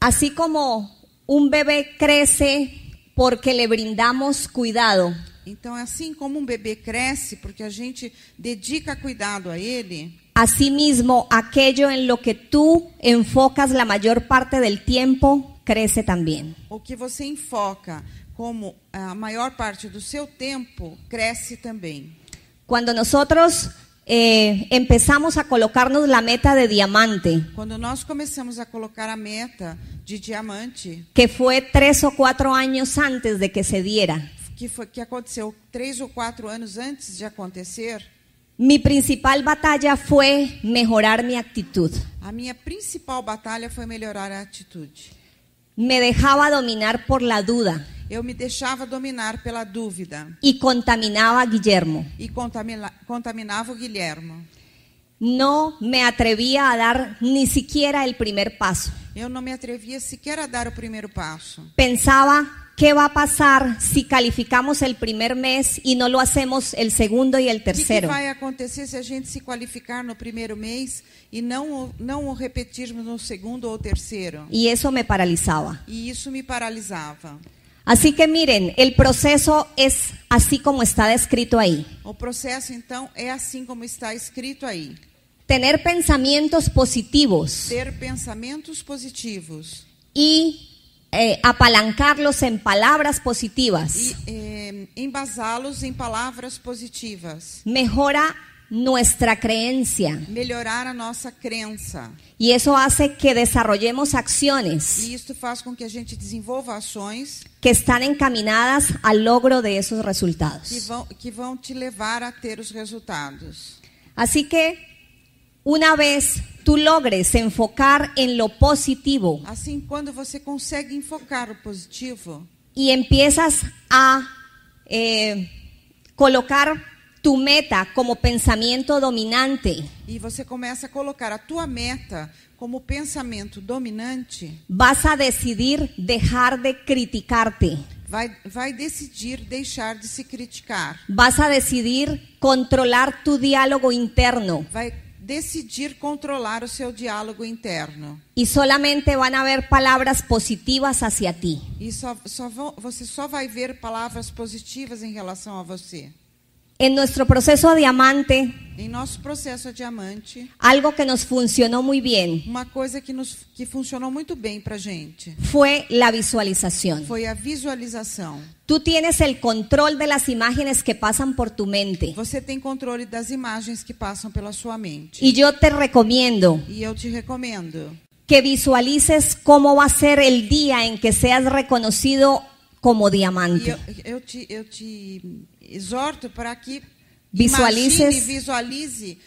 Así como un bebé crece porque le brindamos cuidado,
Então, é assim como um bebê cresce, porque a gente dedica cuidado a ele,
asimismo aquello en lo que tú enfocas la mayor parte del tiempo crece también.
o que você enfoca como a maior parte do seu tempo cresce também.
Cuando nosotros eh, empezamos a colocarnos la meta de diamante,
Quando nós começamos a colocar a meta de diamante,
que fue tres o cuatro años antes de que se diera,
que foi que aconteceu três ou quatro anos antes de acontecer,
mi principal batalla fue mejorar mi actitud.
a minha principal batalha foi melhorar a atitude.
Me dejaba dominar por la duda
Eu me deixava dominar pela dúvida
y contaminaba a Guillermo.
e contamina- contaminava o Guilhermo.
No me atrevía a dar ni siquiera el primer paso.
Eu não me atrevia sequer a dar o primeiro passo.
Pensaba, ¿qué va a pasar si calificamos el primer mes y no lo hacemos el segundo y el
O que, que
tercero?
vai acontecer se a gente se qualificar no primeiro mês e não, o- não o repetirmos no segundo ou terceiro?
Y eso me paralizaba.
E isso me paralisava.
Así que miren, el proceso es así como está descrito ahí.
O processo, então, é assim como está escrito aí:
Tener pensamientos positivos
ter pensamentos positivos
y eh, apalancarlos en palabras positivas
e eh, embasá-los em palavras positivas.
mejora nuestra creencia
Melhorar a nossa crença.
y eso hace que desarrollemos acciones
E isto faz com que a gente desenvolva ações
que están encaminadas al logro de esos
que
resultados.
vão, que vão te levar a ter os resultados.
Así que una vez tú logres enfocar en lo positivo
Assim, quando você consegue enfocar o positivo
y empiezas a eh, colocar tu meta como pensamiento dominante,
e você começa a colocar a tua meta como pensamento dominante,
vas a decidir dejar de criticarte,
vai, vai decidir deixar de se criticar,
vas a decidir controlar tu diálogo interno
vai decidir controlar o seu diálogo interno.
y solamente van a haber palabras positivas hacia ti.
E só, só vão, você só vai ver palavras positivas em relação a você.
En nuestro proceso diamante,
Em nosso processo a diamante,
algo que nos funcionó muy bien
uma coisa que, nos, que funcionou muito bem para gente
fue la visualización.
foi a visualização.
Tú tienes el control de las imágenes que pasan por tu mente.
Você tem controle das imagens que passam pela sua mente.
Y yo te recomiendo
E eu te recomendo
que visualices cómo va a ser el día en que seas reconocido como
E
diamante.
eu, eu te, eu te exorto para que
Visualize-
imagine, visualize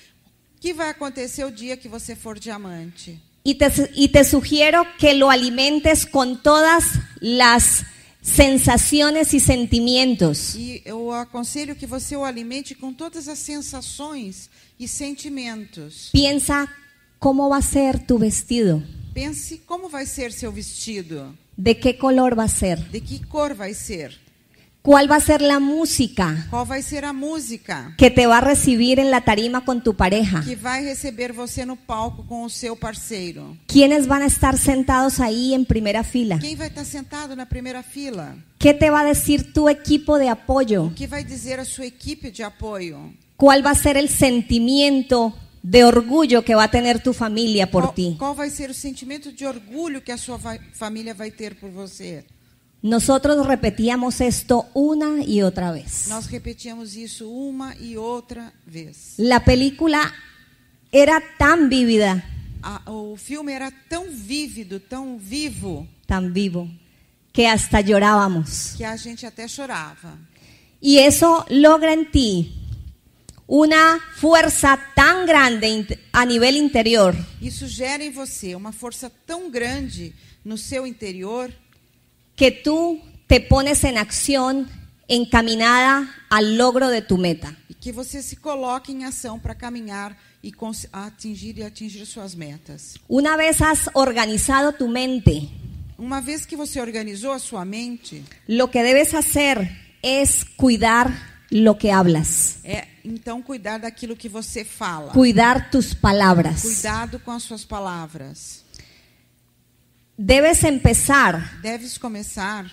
o que vai acontecer o dia que você for diamante.
Y te, su- y te sugiero que lo alimentes con todas las sensaciones y sentimientos
E eu aconselho que você o alimente com todas as sensações e sentimentos.
Piensa cómo va a ser tu vestido,
Pense como vai ser seu vestido,
de qué color va a ser,
de que cor vai ser,
cuál va a ser la música
qual vai ser a música
que te va a recibir en la tarima con tu pareja,
que vai receber você no palco com o seu parceiro.
quiénes van a estar sentados ahí en primera fila,
Quem vai estar sentado na primeira fila?
qué te va a decir tu equipo de apoyo.
O que vai dizer a sua equipe de apoio?
¿Cuál va a ser el sentimiento de orgullo que va a tener tu familia por
qual,
ti?
qual vai ser o sentimento de orgulho que a sua vai- família vai ter por você?
Nosotros repetíamos esto una y otra vez.
Nós repetíamos isso uma e outra vez.
La película era tan vívida
a- o filme era tão vívido, tão vivo,
tan vivo, que hasta llorábamos.
que a gente até chorava.
Y eso logra en ti una fuerza tan grande in- a nivel interior
Isso gera em você uma força tão grande no seu interior
que tú te pones en acción encaminada al logro de tu meta.
e que você se coloca em ação para caminhar e cons- atingir e atingir suas metas.
Una vez has organizado tu mente,
Uma vez que você organizou a sua mente,
lo que debes hacer es cuidar lo que hablas,
é então cuidar daquilo que você fala.
cuidar tus palabras.
Cuidado com as suas palavras.
Debes empezar
Deves começar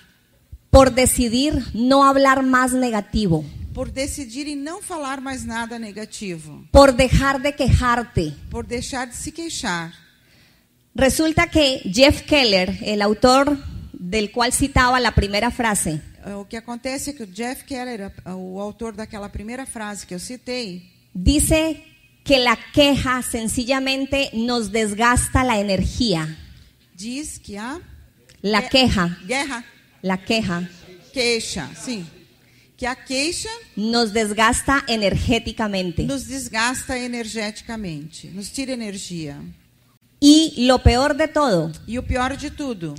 por decidir no hablar más negativo,
por decidir em não falar mais nada negativo,
por dejar de quejarte.
por deixar de se queixar.
Resulta que Jeff Keller, el autor del cual citaba la primera frase,
Eh, O que acontece é que o Jeff Keller, a- o autor daquela primeira frase que eu citei,
dice que la queja sencillamente nos desgasta la energía.
diz que a Eh.
La queja,
guerra,
la queja
queixa, sim, que a queixa
nos desgasta energéticamente.
nos desgasta energeticamente, nos tira energia.
Y lo peor de todo
E o pior de tudo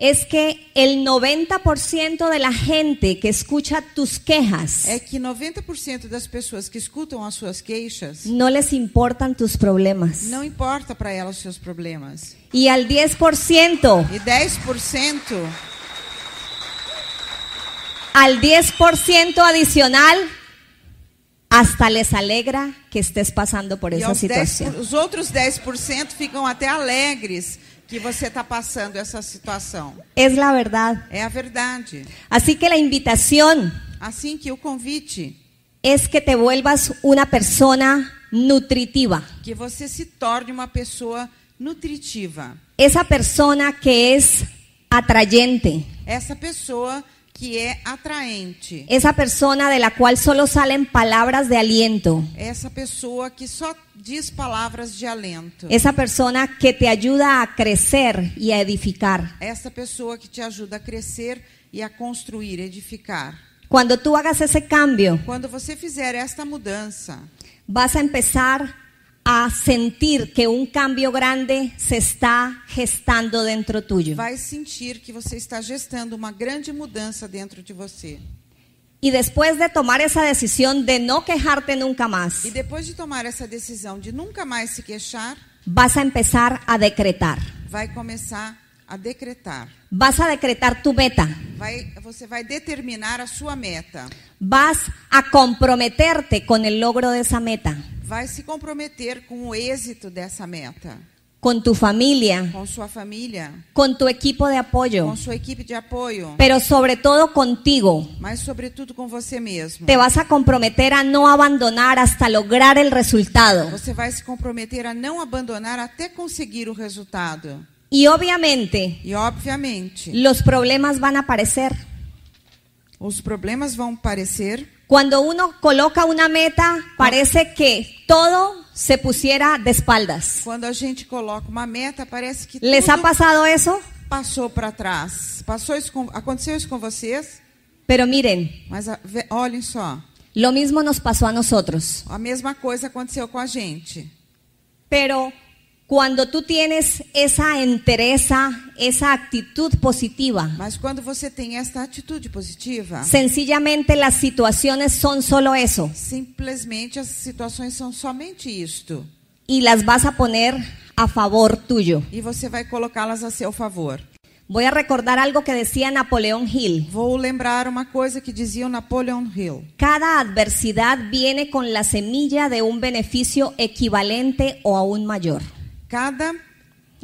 es que el 90% de la gente que escucha tus quejas
é que 90% das pessoas que escutam as suas queixas
no les importan tus problemas.
não importa para ela os seus problemas.
Y al 10%,
E 10%,
al 10% adicional, hasta les alegra que estés pasando por
e
esa
aos 10
situación.
os outros 10% ficam até alegres que você está passando essa situação.
Es la verdad.
É a verdade.
Así que la invitación
Assim que o convite
es que te vuelvas una persona nutritiva.
que você se torne uma pessoa nutritiva.
Esa persona que es atrayente.
Essa pessoa que é atraente.
Esa persona de la cual solo salen palabras de aliento.
Essa pessoa que só diz palavras de alento.
Esa persona que te ayuda a crecer y a edificar.
Essa pessoa que te ajuda a crescer e a construir, edificar.
Cuando tú hagas ese cambio,
Quando você fizer esta mudança,
vas a empezar a sentir que un cambio grande se está gestando dentro tuyo.
vai sentir que você está gestando uma grande mudança dentro de você.
Y después de tomar esa decisión de no quejarte nunca más,
E depois de tomar essa decisão de nunca mais se queixar,
vas a empezar a decretar.
vai começar a decretar.
Vas a decretar tu meta.
Vai, você vai determinar a sua meta.
Vas a comprometerte con el logro de esa meta,
Vai se comprometer com o êxito dessa meta,
con tu familia,
com sua família,
con tu equipo de apoyo,
com sua equipe de apoio,
pero sobre todo contigo.
mas sobretudo com você mesmo.
Te vas a comprometer a no abandonar hasta lograr el resultado.
Você vai se comprometer a não abandonar até conseguir o resultado.
Y obviamente
E, obviamente,
Los problemas van a aparecer.
os problemas vão parecer.
Cuando uno coloca una meta, parece que todo se pusiera de espaldas.
Quando a gente coloca uma meta, parece que
¿Les ha
tudo
pasado eso?
passou para trás. Passou isso com, aconteceu isso com vocês,
Pero miren,
mas a- ve- olhem só,
lo mismo nos pasó a nosotros.
a mesma coisa aconteceu com a gente.
Pero cuando tú tienes esa entereza, esa actitud positiva,
Mas quando você tem esta atitude positiva,
sencillamente las situaciones son solo eso
simplesmente as situações são somente isto.
y las vas a poner a favor tuyo.
E você vai colocá-las a seu favor.
Voy a recordar algo que decía Napoleón Hill.
Vou lembrar uma coisa que dizia o Napoleon Hill.
Cada adversidad viene con la semilla de un beneficio equivalente o aún mayor.
Cada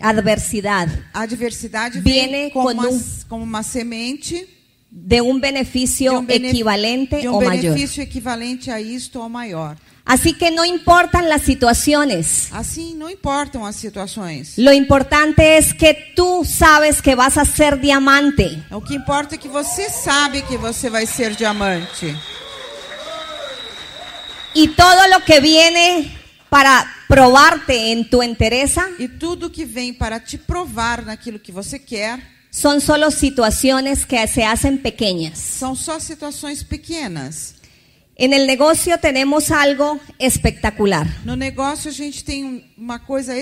Adversidad
adversidade
Viene um
vem como
con
uma,
un-
como uma semente
de un beneficio
de um, bene-
equivalente
de um
o mayor.
benefício equivalente a isto ou maior.
Así que no importan las situaciones.
Assim, não importam as situações.
Lo importante es que tú sabes que vas a ser diamante.
O que importa é que você sabe que você vai ser diamante.
Y todo lo que viene para probarte en tu entereza
E tudo que vem para te provar naquilo que você quer
son solo situaciones que se hacen pequeñas.
são só situações pequenas.
En el negocio tenemos algo espectacular.
No negócio, a gente tem um- uma coisa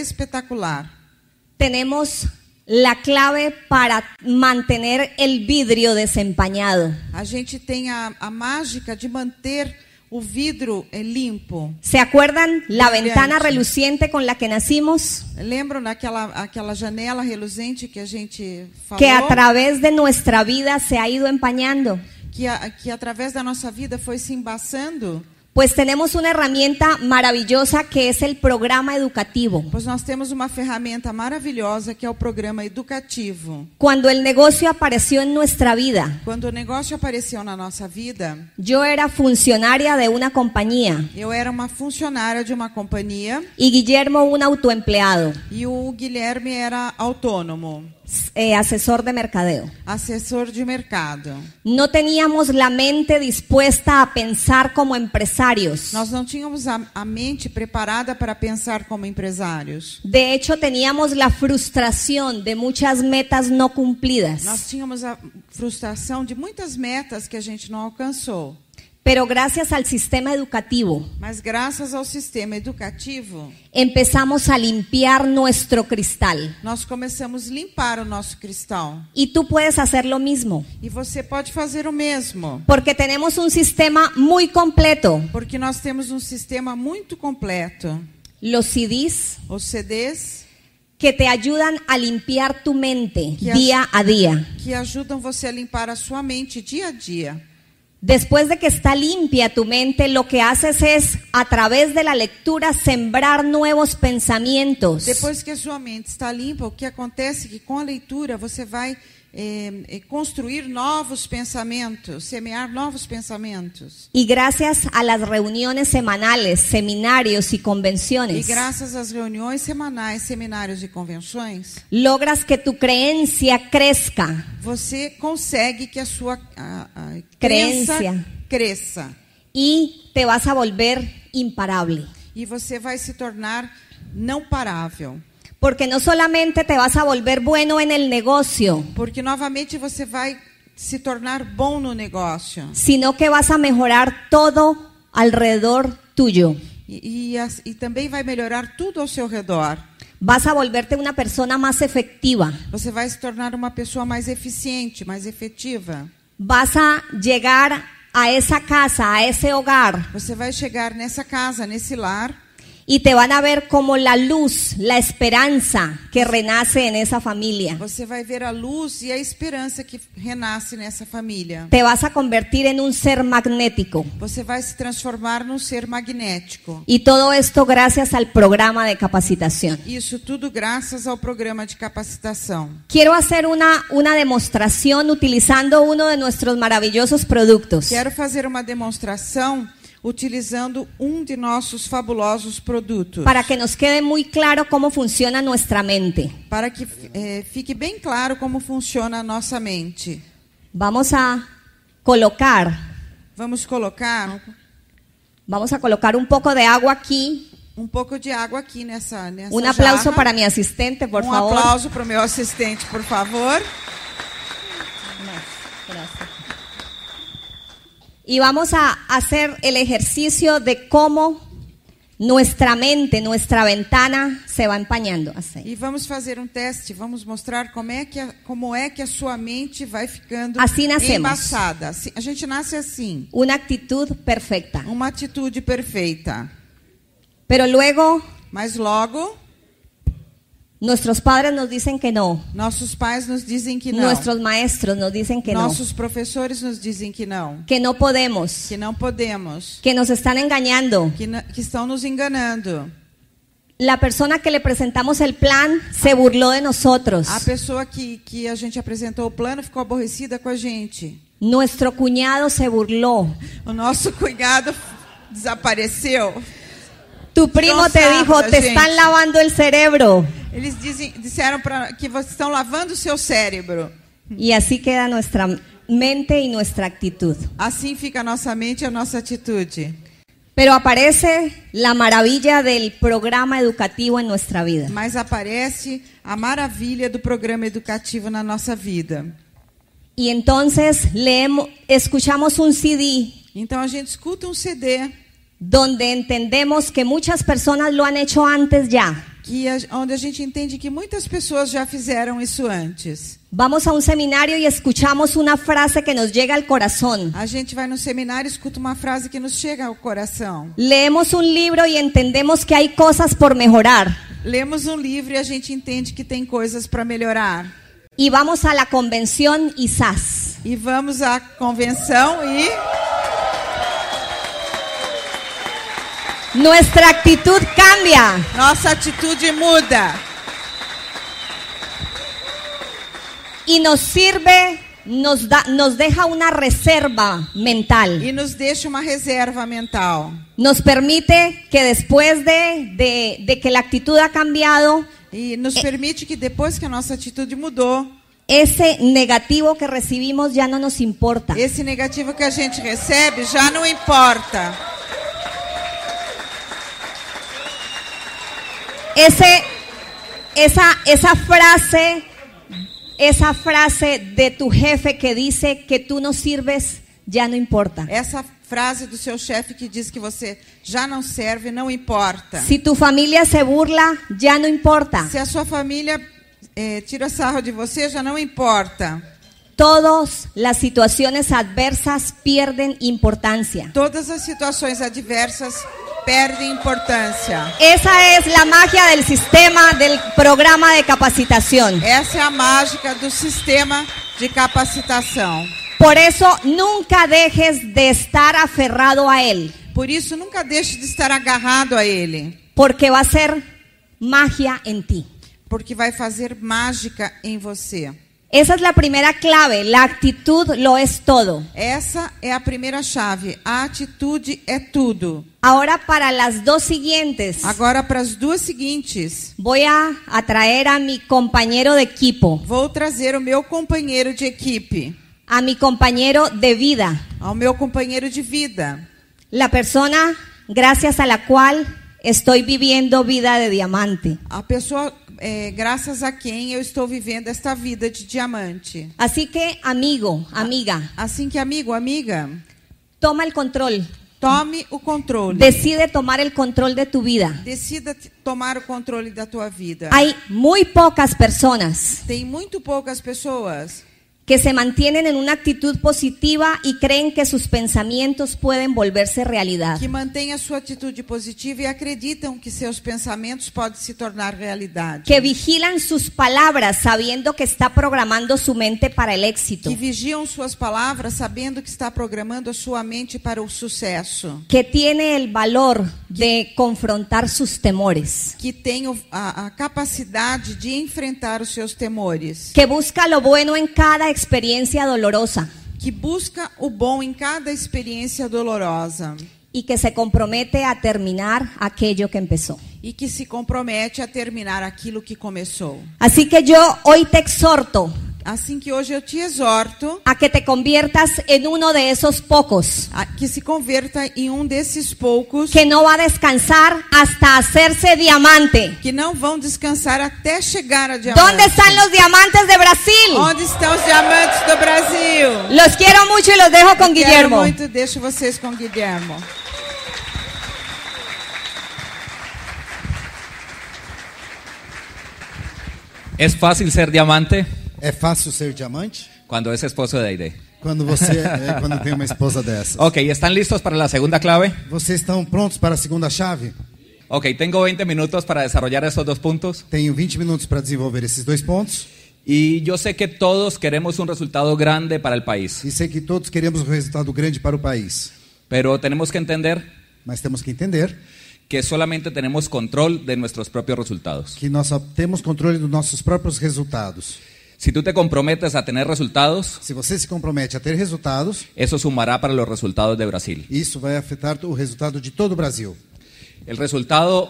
espetacular.
Tenemos la clave para mantener el vidrio desempañado.
A gente tem a, a mágica de manter o vidro eh, limpo.
¿Se acuerdan la
Brillante.
ventana reluciente con la que nacimos?
Lembram daquela aquela janela reluzente que a gente falou?
Que é a través de nuestra vida se ha ido empañando.
que, a- que através da nossa vida foi se embaçando?
Pues tenemos una herramienta maravillosa que es el programa educativo.
Pois nós temos uma ferramenta maravilhosa que é o programa educativo.
Cuando el negocio apareció en nuestra vida,
Quando o negócio apareceu na nossa vida,
yo era funcionaria de una compañía
eu era uma funcionária de uma companhia
y Guillermo un autoempleado,
e o Guilherme era autônomo,
eh, asesor de mercadeo.
assessor de mercado.
No teníamos la mente dispuesta a pensar como empresarios.
Nós não tínhamos a, a mente preparada para pensar como empresários.
De hecho, teníamos la frustración de muchas metas no
Nós
cumplidas.
tínhamos a frustração de muitas metas que a gente não alcançou.
Pero gracias al sistema educativo
Mas graças ao sistema educativo,
empezamos a limpiar nuestro cristal.
nós começamos a limpar o nosso cristal.
Y tú puedes hacer lo mismo,
E você pode fazer o mesmo,
porque tenemos un sistema muy completo.
porque nós temos um sistema muito completo.
Los CDs
Os CDs
que te ayudan a limpiar tu mente
Que
día a día.
que ajudam você a limpar a sua mente dia a dia.
Después de que está limpia tu mente, lo que haces es, a través de la lectura, sembrar nuevos pensamientos.
Depois que a sua mente está limpa, o que acontece é que com a leitura você vai eh, eh, construir novos pensamentos, semear novos pensamentos.
Y gracias a las reuniones semanales, seminarios y
E
convenciones,
graças às reuniões semanais, seminários e convenções,
logras que tu creencia crezca
você consegue que a sua a, a crença
Creencia.
cresça
y te vas a volver imparable.
e você vai se tornar não parável,
Porque no solamente te vas a volver bueno en el negocio,
porque novamente você vai se tornar bom no negócio
sino que vas a mejorar todo alrededor tuyo.
e, e, as- e também vai melhorar tudo ao seu redor.
Vas a volverte una persona más efectiva.
Você vai se tornar uma pessoa mais eficiente, mais efetiva.
Vas a llegar a esa casa, a ese hogar,
Você vai chegar nessa casa, nesse lar,
y te van a ver como la luz, la esperanza que renace en esa familia.
você vai ver a luz e a esperança que renasce nessa família.
Te vas a convertir en un ser magnético.
Você vai se transformar num ser magnético.
Y todo esto gracias al programa de capacitación.
Isso tudo graças ao programa de capacitação.
Quiero hacer una, una demostración utilizando uno de nuestros maravillosos productos.
Quero fazer uma demonstração utilizando um de nossos fabulosos produtos.
para que nos quede muy claro cómo funciona nuestra mente.
para que eh, fique bem claro como funciona a nossa mente.
Vamos a colocar,
Vamos colocar
vamos a colocar un poco de agua aquí.
um pouco de água aqui nessa nessa
Un Um aplauso
jarra.
para mi asistente, por
um
favor.
aplauso para o meu assistente, por favor.
Y vamos a hacer el ejercicio de cómo nuestra mente, nuestra ventana se va empañando. Así,
E vamos fazer um teste, vamos mostrar como é que a, como é que a sua mente vai ficando
Assim nascemos.
embaçada. Assim- A gente nasce assim,
Una actitud perfecta.
uma atitude perfeita.
Pero luego
Mas logo
nuestros padres nos dicen que no.
nossos pais nos dizem que não.
Nuestros maestros nos dicen que
Nossos professores nos dizem que não,
no. Que no podemos.
que não podemos,
que nos están engañando.
que, na- que estão nos enganando.
La persona que le presentamos el plan se burló de nosotros.
A pessoa que, que a gente apresentou o plano ficou aborrecida com a gente.
Nuestro cuñado se burló.
O nosso cunhado f- desapareceu.
Tu primo te
Dios
dijo,
santo,
te
gente.
están lavando el cerebro.
Eles dizem, disseram pra, que vocês estão lavando o seu cérebro.
Y así queda nuestra mente y nuestra actitud.
Assim fica a nossa mente e a nossa atitude.
Pero aparece la maravilla del programa educativo en nuestra vida.
mas aparece a maravilha do programa educativo na nossa vida.
Y entonces leemos, escuchamos un CD
Então a gente escuta um CD
donde entendemos que muchas personas lo han hecho antes ya.
que a, onde a gente entende que muitas pessoas já fizeram isso antes.
Vamos a un seminario y escuchamos una frase que nos llega al corazón.
A gente vai no seminário e escuta uma frase que nos chega ao coração.
Leemos un libro y entendemos que hay cosas por mejorar.
Lemos um livro e a gente entende que tem coisas para melhorar.
Y vamos a la convención ISAS.
E vamos à convenção e
Nuestra actitud cambia.
nossa atitude muda.
y nos sirve, nos, da, nos deja una reserva mental.
E nos deixa uma reserva mental.
Nos permite que después de, de- de que la actitud ha cambiado,
E nos permite que depois que a nossa atitude mudou,
ese negativo que recibimos ya no nos importa.
esse negativo que a gente recebe já não importa.
Ese, essa, esa frase, esa frase de tu jefe que dice que tú no sirves, ya no importa.
Essa frase do seu chefe que diz que você já não serve, não importa.
Si tu familia se burla, ya no importa.
Se a sua família eh, tira sarro de você, já não importa.
Todas las situaciones adversas pierden importancia.
Todas as situações adversas perdem importância.
Esa es la magia del sistema del programa de capacitación.
Essa é a mágica do sistema de capacitação.
Por eso nunca dejes de estar aferrado a él,
Por isso, nunca deixe de estar agarrado a ele,
porque va a ser magia en ti.
porque vai fazer mágica em você.
Esa es la primera clave, la actitud lo es todo.
Essa é a primeira chave. A atitude é tudo.
Ahora para las dos siguientes
Agora, para as duas seguintes.
voy a atraer a mi compañero de equipo,
Vou trazer o meu companheiro de equipe,
a mi compañero de vida,
ao meu companheiro de vida,
la persona gracias a la cual estoy viviendo vida de diamante.
a pessoa é, graças a quem eu estou vivendo esta vida de diamante.
Así que, amigo, amiga,
Assim que, amigo, amiga,
toma el control.
tome o controle.
Decide tomar el control de tu vida.
Decida t- tomar o controle da tua vida.
Hay muy pocas personas
Tem muito poucas pessoas
que se mantienen en una actitud positiva y creen que sus pensamientos pueden volverse realidad.
que mantêm a sua atitude positiva e acreditam que seus pensamentos podem se tornar realidade.
Que vigilan sus palabras sabiendo que está programando su mente para el éxito.
Que vigiam suas palavras sabendo que está programando a sua mente para o sucesso.
Que tiene el valor de confrontar sus temores.
que tem o- a, a capacidade de enfrentar os seus temores,
Que busca lo bueno en cada experiencia dolorosa.
que busca o bom em cada experiência dolorosa
y que se compromete a terminar aquello que empezó.
e que se compromete a terminar aquilo que começou.
Así que yo hoy te exhorto
Assim que hoje eu te exorto
a que te conviertas en uno de esos pocos
a que se converta em um desses poucos
que no va a descansar hasta hacerse diamante.
que não vão descansar até chegar a diamante.
¿Dónde están los diamantes de Brasil?
Onde estão os diamantes do Brasil?
Los quiero mucho y los dejo con
Quero
Guillermo.
muito, deixo vocês com Guilhermo.
¿Es fácil ser diamante
É fácil ser diamante
cuando es esposo de Aide?
quando você é, quando tem uma esposa dessa.
Ok, ¿están listos para la segunda clave?
Vocês estão prontos para a segunda chave?
Ok, tengo 20 minutos para desarrollar estos dos puntos.
Tenho 20 minutos para desenvolver esses dois pontos
Y yo sé que todos queremos un resultado grande para el país,
e sei que todos queremos um resultado grande para o país,
pero tenemos que entender
mas temos que entender
que solamente tenemos control de nuestros propios resultados.
que nós só temos controle dos nossos próprios resultados.
Si tú te comprometes a tener resultados,
Se você se compromete a ter resultados,
eso sumará para los resultados de Brasil.
isso vai afetar o resultado de todo o Brasil.
El resultado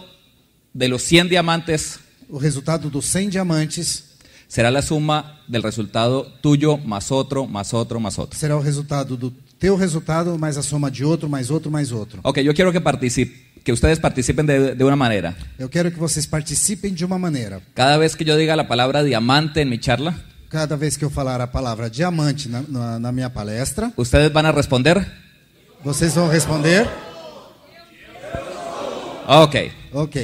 de los 100 diamantes
O resultado dos 100 diamantes
será la suma del resultado tuyo más otro, más otro, más otro.
será o resultado do teu resultado mais a soma de outro, mais outro, mais outro.
Ok, yo quiero que, particip- que ustedes participen de, de una manera.
Eu quero que vocês participem de uma maneira.
Cada vez que yo diga la palabra diamante en mi charla,
Cada vez que eu falar a palavra diamante na, na- na minha palestra,
ustedes van a responder.
vocês vão responder
Ok,
ok.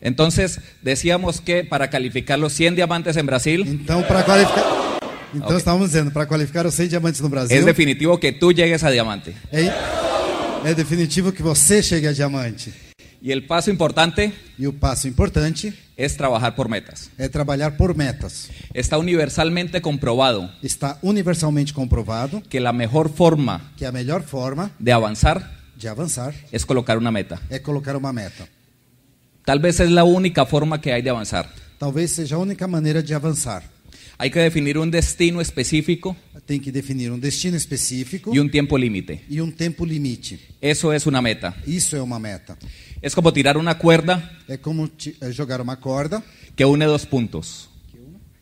entonces decíamos que para calificar los 100 diamantes en Brasil,
Então, para qualificar. Então, estávamos dizendo, para qualificar os 100 diamantes no Brasil,
es é definitivo que tú llegues a diamante.
é, é definitivo que você chegue a diamante.
Y el paso importante
E o passo importante
es trabajar por metas.
é trabalhar por metas.
Está universalmente comprobado
Está universalmente comprovado
que la mejor forma
que a melhor forma
de avanzar
de avançar
es colocar una meta.
é colocar uma meta.
Tal vez es la única forma que hay de avanzar.
Talvez seja a única maneira de avançar.
Hay que definir un destino específico
Tem que definir um destino específico
y un tiempo límite.
e um tempo limite.
Eso es una meta.
Isso é uma meta.
Es como tirar uma cuerda
É como ti- é jogar uma corda
que une dos puntos.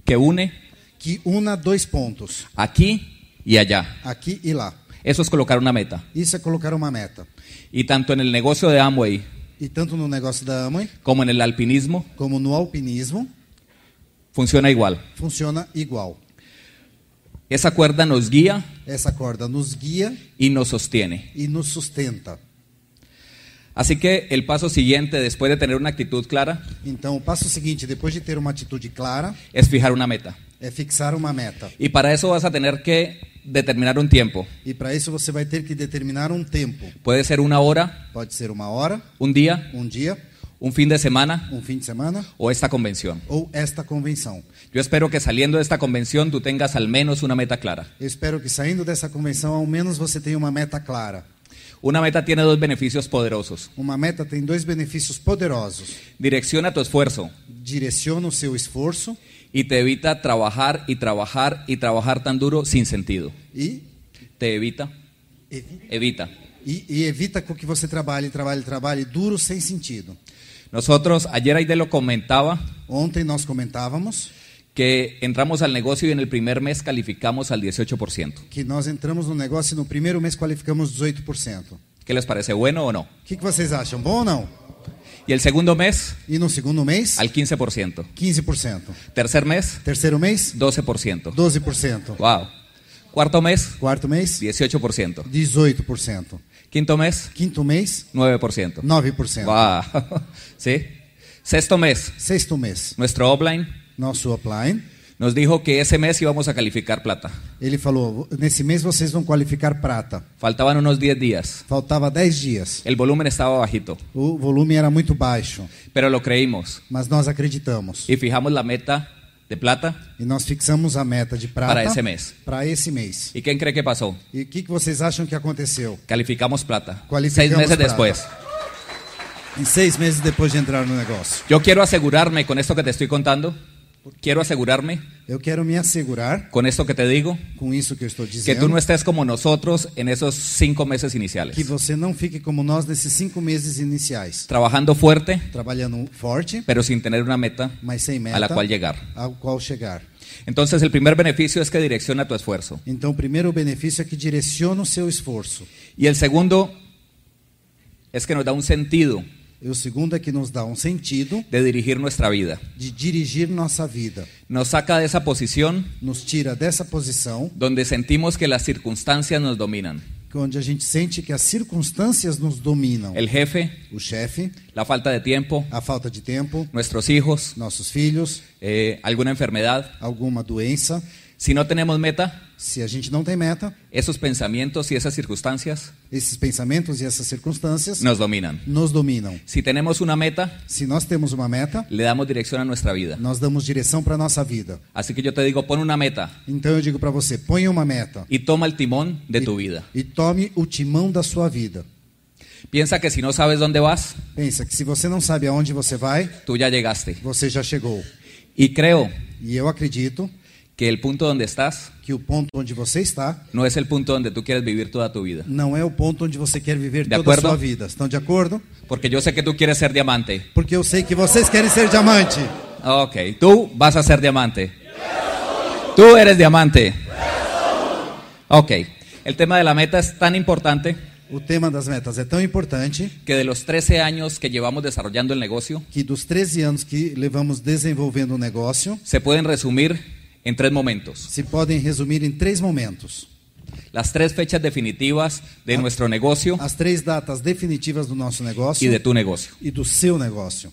Que une
que una dois pontos,
aquí y allá.
aqui e lá.
Eso es colocar una meta.
Isso é colocar uma meta.
Y tanto en el negocio de Amway
E tanto no negócio da Amway
como en el alpinismo
como no alpinismo
funciona igual.
funciona igual.
Esa cuerda nos guía
Essa corda nos guia
y nos sostiene.
e nos sustenta.
Así que el paso siguiente, después de tener una actitud clara,
Então, o passo seguinte, depois de ter uma atitude clara,
es fijar una meta.
é fixar uma meta.
Y para eso vas a tener que determinar un tiempo.
E para isso você vai ter que determinar um tempo.
Puede ser una hora,
Pode ser uma hora,
un día,
um dia,
un fin de semana
um fim de semana
o esta convención.
ou esta convenção.
Yo espero que saliendo de esta convención tú tengas al menos una meta clara.
Eu espero que saindo dessa convenção, ao menos você tenha uma meta clara.
Una meta tiene dos beneficios poderosos.
Uma meta tem dois benefícios poderosos.
Direcciona tu esfuerzo
Direciona o seu esforço
y te evita trabajar y trabajar y trabajar tan duro sin sentido.
e,
Te evita,
e
evita.
E, e evita com que você trabalhe, trabalhe, trabalhe duro sem sentido.
Nosotros, ayer Aide lo comentaba,
Ontem nós comentávamos
que entramos al negocio y en el primer mes calificamos al 18%.
que nós entramos no negócio e no primeiro mês qualificamos 18%.
¿Qué les parece? ¿Bueno o no?
O que, que vocês acham? Bom ou não?
Y el segundo mes,
E no segundo mês,
al 15%.
15%.
Tercer mes,
Terceiro mês,
12%.
12%.
Wow. Cuarto mes,
Quarto mês,
18%.
18%.
Quinto mes,
Quinto mês,
9%.
9%.
Wow. ¿Sí? Sexto mes,
Sexto mês,
nuestro offline
nosso upline,
nos dijo que ese mes íbamos a calificar plata.
ele falou: nesse mês vocês vão qualificar prata.
Faltaban unos 10 días.
Faltava 10 dias.
El volumen estaba bajito,
O volume era muito baixo,
pero lo creímos
mas nós acreditamos.
y fijamos la meta de plata.
E nós fixamos a meta de prata
Para esse mês.
Para esse mês.
¿Y quién cree que pasó?
E o que, que vocês acham que aconteceu?
Calificamos plata.
Calificamos
Seis meses
plata.
después.
Em seis meses depois de entrar no negócio.
Yo quiero asegurarme con esto que te estoy contando, quiero asegurarme
Eu quero me assegurar,
con esto que te digo,
com isso que eu estou
que é
dizendo,
tú no estés como nosotros en esos cinco meses iniciales.
que você não fique como nós nesses cinco meses iniciais.
Trabajando fuerte,
Trabalhando forte,
pero sin tener una meta
mas sem meta.
a la cual llegar.
Ao qual chegar.
Entonces el primer beneficio es que direcciona tu esfuerzo.
Então, o primeiro benefício é que direciona o seu esforço.
Y el segundo es que nos da un sentido
E o segundo é que nos dá um sentido
de dirigir nuestra vida.
de dirigir nossa vida.
Nos saca de esa posición
Nos tira dessa posição
donde sentimos que las circunstancias nos dominan.
onde a gente sente que as circunstâncias nos dominam.
El jefe,
o chefe,
la falta de tiempo,
a falta de tempo,
nuestros hijos,
nossos filhos,
eh, alguna enfermedad.
alguma doença.
Si no tenemos meta,
Se a gente não tem meta,
esos pensamientos y esas circunstancias
esses pensamentos e essas circunstâncias
nos dominan.
nos dominam.
Si tenemos una meta,
Se nós temos uma meta,
le damos dirección a nuestra vida.
nós damos direção para nossa vida.
Así que yo te digo, pon una meta
Então eu digo para você, ponha uma meta
y toma el timón de tu vida.
e tome o timão da sua vida.
Piensa que si no sabes dónde vas,
Pensa que se você não sabe aonde você vai,
tú ya llegaste.
você já chegou.
Y creo
E eu acredito
que el punto donde estás
que o ponto onde você está
no es el punto donde tú quieres vivir toda tu vida.
não é o ponto onde você quer viver
De
toda
acordo?
a sua vida. Estão de acordo?
Porque yo sé que tú quieres ser diamante.
Porque eu sei que vocês querem ser diamante.
Ok, tú vas a ser diamante. Tú eres diamante. Ok, El tema de la meta es tan importante
O tema das metas é tão importante
que de los 13 años que llevamos desarrollando el negocio,
que dos 13 anos que levamos desenvolvendo o negócio,
se pueden resumir en tres momentos.
se podem resumir em três momentos.
Las tres fechas definitivas de nuestro negocio
As três datas definitivas do nosso negócio
y de tu negocio.
e do seu negócio.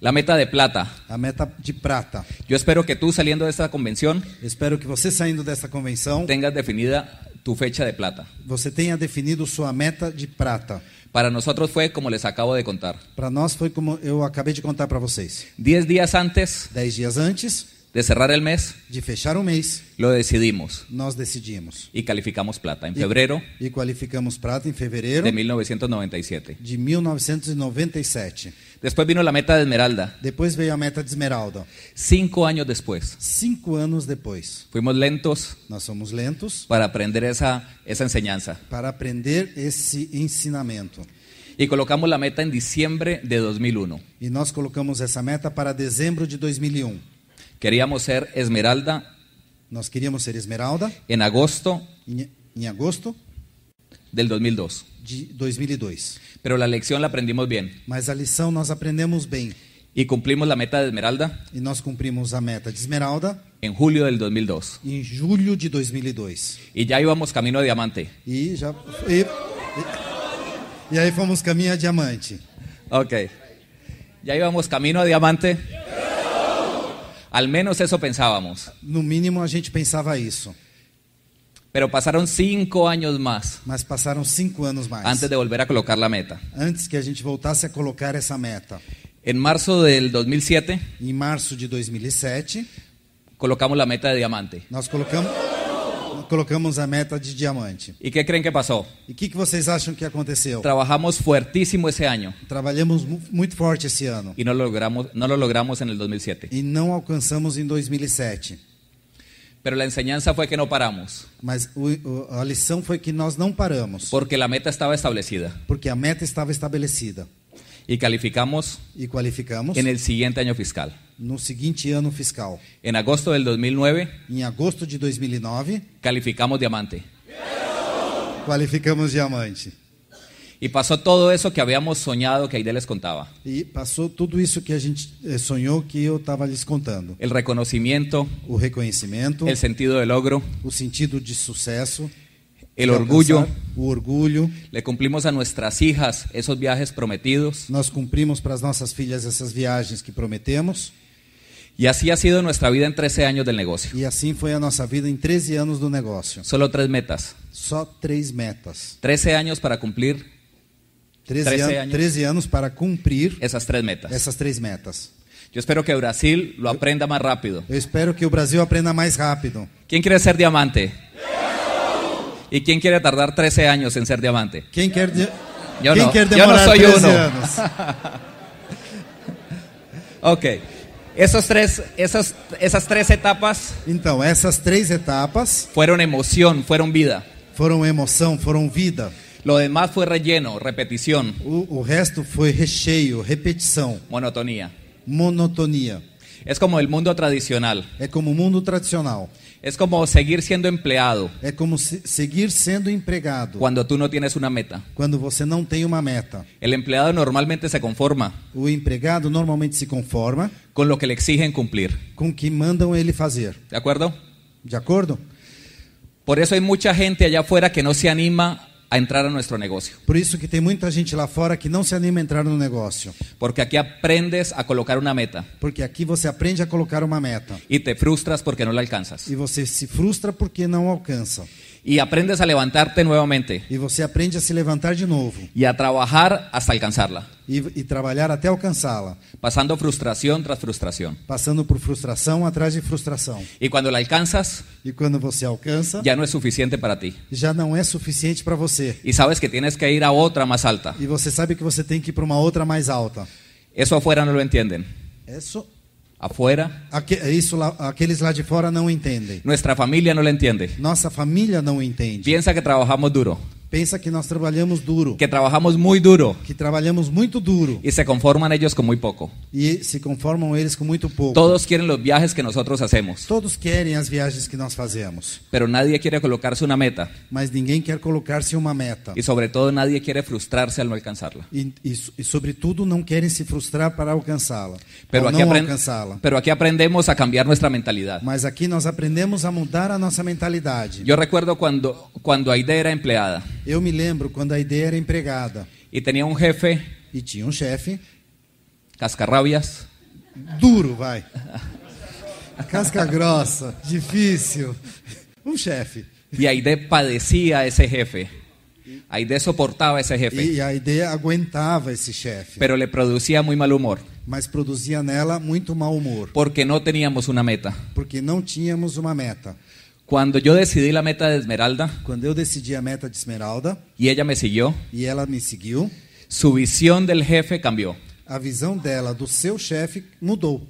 La meta de plata.
A meta de prata.
Yo espero que tú saliendo de esta convención
Espero que você saindo dessa convenção,
tengas definida tu fecha de plata.
você tenha definido sua meta de prata.
Para nosotros fue como les acabo de contar.
Para nós foi como eu acabei de contar para vocês.
Diez días antes
Dez dias antes
de cerrar el mes,
de fechar o mês,
lo decidimos
nós decidimos.
y calificamos plata en febrero
E qualificamos prata em fevereiro
de 1997.
de 1997.
Después vino la meta de esmeralda.
Depois veio a meta de esmeralda.
Cinco años después.
Cinco anos depois.
Fuimos lentos
Nós somos lentos
para aprender esa, esa enseñanza.
para aprender esse ensinamento.
Y colocamos la meta en diciembre de 2001.
E nós colocamos essa meta para dezembro de 2001.
Queríamos ser esmeralda
Nós queríamos ser esmeralda
en agosto
em, em agosto
del 2002.
de 2002.
Pero la lección la aprendimos bien
Mas a lição nós aprendemos bem
y cumplimos la meta de esmeralda
e nós cumprimos a meta de esmeralda
en julio del 2002.
em julho de 2002.
Y ya íbamos camino a diamante.
E já e, e, e aí fomos caminho a diamante.
Ok. Ya íbamos camino a diamante. Al menos eso pensábamos.
No mínimo a gente pensava isso,
Pero pasaron cinco años más
mas passaram cinco anos mais
antes de volver a colocar la meta.
antes que a gente voltasse a colocar essa meta.
En marzo del 2007
Em março de 2007
colocamos la meta de diamante.
nós colocamos colocamos a meta de diamante.
¿Y qué creen que pasó?
E o que, que vocês acham que aconteceu?
Trabajamos fuertísimo ese año
Trabalhamos mu- muito forte esse ano
y no lo logramos, no lo logramos en el 2007.
e não alcançamos em 2007.
Pero la enseñanza fue que no paramos,
Mas o, o, a lição foi que nós não paramos,
porque la meta estaba establecida
porque a meta estava estabelecida
y calificamos
e qualificamos
en el siguiente año fiscal.
no seguinte ano fiscal.
En agosto del 2009
Em agosto de 2009,
calificamos diamante.
qualificamos diamante.
Y pasó todo eso que habíamos soñado que Aide les contaba.
E passou tudo isso que a gente eh, sonhou que eu estava lhes contando.
El reconocimiento,
O reconhecimento,
el sentido de logro,
o sentido de sucesso,
el
de
orgullo.
alcançar, o orgulho.
Le cumplimos a nuestras hijas esos viajes prometidos.
Nós cumprimos para as nossas filhas essas viagens que prometemos.
Y así ha sido nuestra vida en 13 años del negocio.
E assim foi a nossa vida em 13 anos do negócio.
Solo tres metas.
Só três metas.
13 años para cumplir
13,
13
an-
anos.
13 anos para cumprir
esas tres metas.
essas três metas.
Yo espero que Brasil lo aprenda más rápido.
Eu espero que o Brasil aprenda mais rápido.
¿Quién quiere ser diamante? ¿Y quién quiere tardar 13 años en ser diamante?
Quem quer, de-
Eu
Quem
não.
quer
Eu não
demorar
sou
13
uno.
anos?
Ok. Esos tres, esas, esas tres etapas
Então, essas três etapas
fueron emoción, fueron vida.
foram emoção, foram vida.
Lo demás fue relleno, repetición,
O, o resto foi recheio, repetição,
monotonía.
monotonia.
Es como el mundo tradicional.
É como o mundo tradicional.
Es como seguir siendo empleado
É como se- seguir sendo empregado
cuando tú no tienes una meta.
quando você não tem uma meta.
El empleado normalmente se conforma
O empregado normalmente se conforma
con lo que le exigen cumplir.
com o que mandam ele fazer.
¿De acuerdo?
De acordo?
Por eso hay mucha gente allá afuera que no se anima a entrar a nuestro negocio.
Por isso que tem muita gente lá fora que não se anima a entrar no negócio.
Porque aquí aprendes a colocar una meta
Porque aqui você aprende a colocar uma meta.
y te frustras porque no la alcanzas.
E você se frustra porque não alcança.
Y aprendes a levantarte nuevamente
E você aprende a se levantar de novo
y a trabajar hasta alcanzarla,
e, e trabalhar até alcançá-la,
pasando frustración tras frustración.
passando por frustração atrás de frustração.
Y cuando la alcanzas,
E quando você alcança,
ya no es suficiente para ti.
já não é suficiente para você.
Y sabes que tienes que ir a otra más alta.
E você sabe que você tem que ir para uma outra mais alta.
Eso afuera no lo entienden.
Isso,
Afuera,
aque, é isso lá, aqueles lá de fora não entendem.
nuestra familia no lo entiende.
Nossa família não entende.
Piensa que trabajamos duro.
pensa que nós trabalhamos duro,
que trabajamos muy duro
que trabalhamos muito duro
y se conforman ellos con muy poco.
e se conformam eles com muito pouco.
Todos quieren los viajes que nosotros hacemos,
Todos querem as viagens que nós fazemos,
pero nadie quiere colocarse una meta
mas ninguém quer colocar-se uma meta.
y sobre todo nadie quiere frustrarse al no alcanzarla.
E, e, so- e, sobretudo, não querem se frustrar para alcançá-la,
Pero
ou
aquí,
não
apren-
alcançá-la.
pero aquí aprendemos a cambiar nuestra mentalidad.
Mas aqui nós aprendemos a mudar a nossa mentalidade.
Yo recuerdo cuando, cuando Aide era empleada
Eu me lembro quando a ideia era empregada
y tenía un jefe,
e tinha um chefe
cascarrabias,
duro, vai. Casca grossa, difícil. Um chefe.
y Aide padecía a ese jefe. Aide soportava a esse jefe,
E a ideia aguentava esse chefe,
pero le producía muy mal humor,
mas produzia nela muito mau humor,
porque no teníamos una meta.
porque não tínhamos uma meta.
Cuando yo decidí la meta de Esmeralda
Quando eu decidi a meta de Esmeralda
y ella me siguió,
e ela me seguiu,
su visión del jefe cambió.
a visão dela do seu chefe mudou.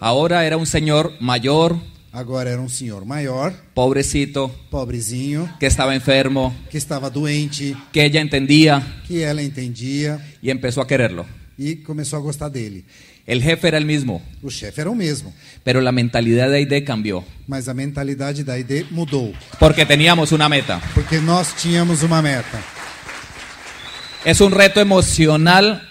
Ahora era un señor mayor,
Agora era um senhor maior,
pobrecito,
pobrezinho,
que estaba enfermo,
que estava doente,
que ella entendía
que ela entendia
y empezó a quererlo.
e começou a gostar dele.
El jefe era el mismo,
O chefe era o mesmo,
pero la mentalidad de Aide cambiou,
mas a mentalidade da ID mudou,
porque teníamos una meta.
porque nós tínhamos uma meta.
Es un reto emocional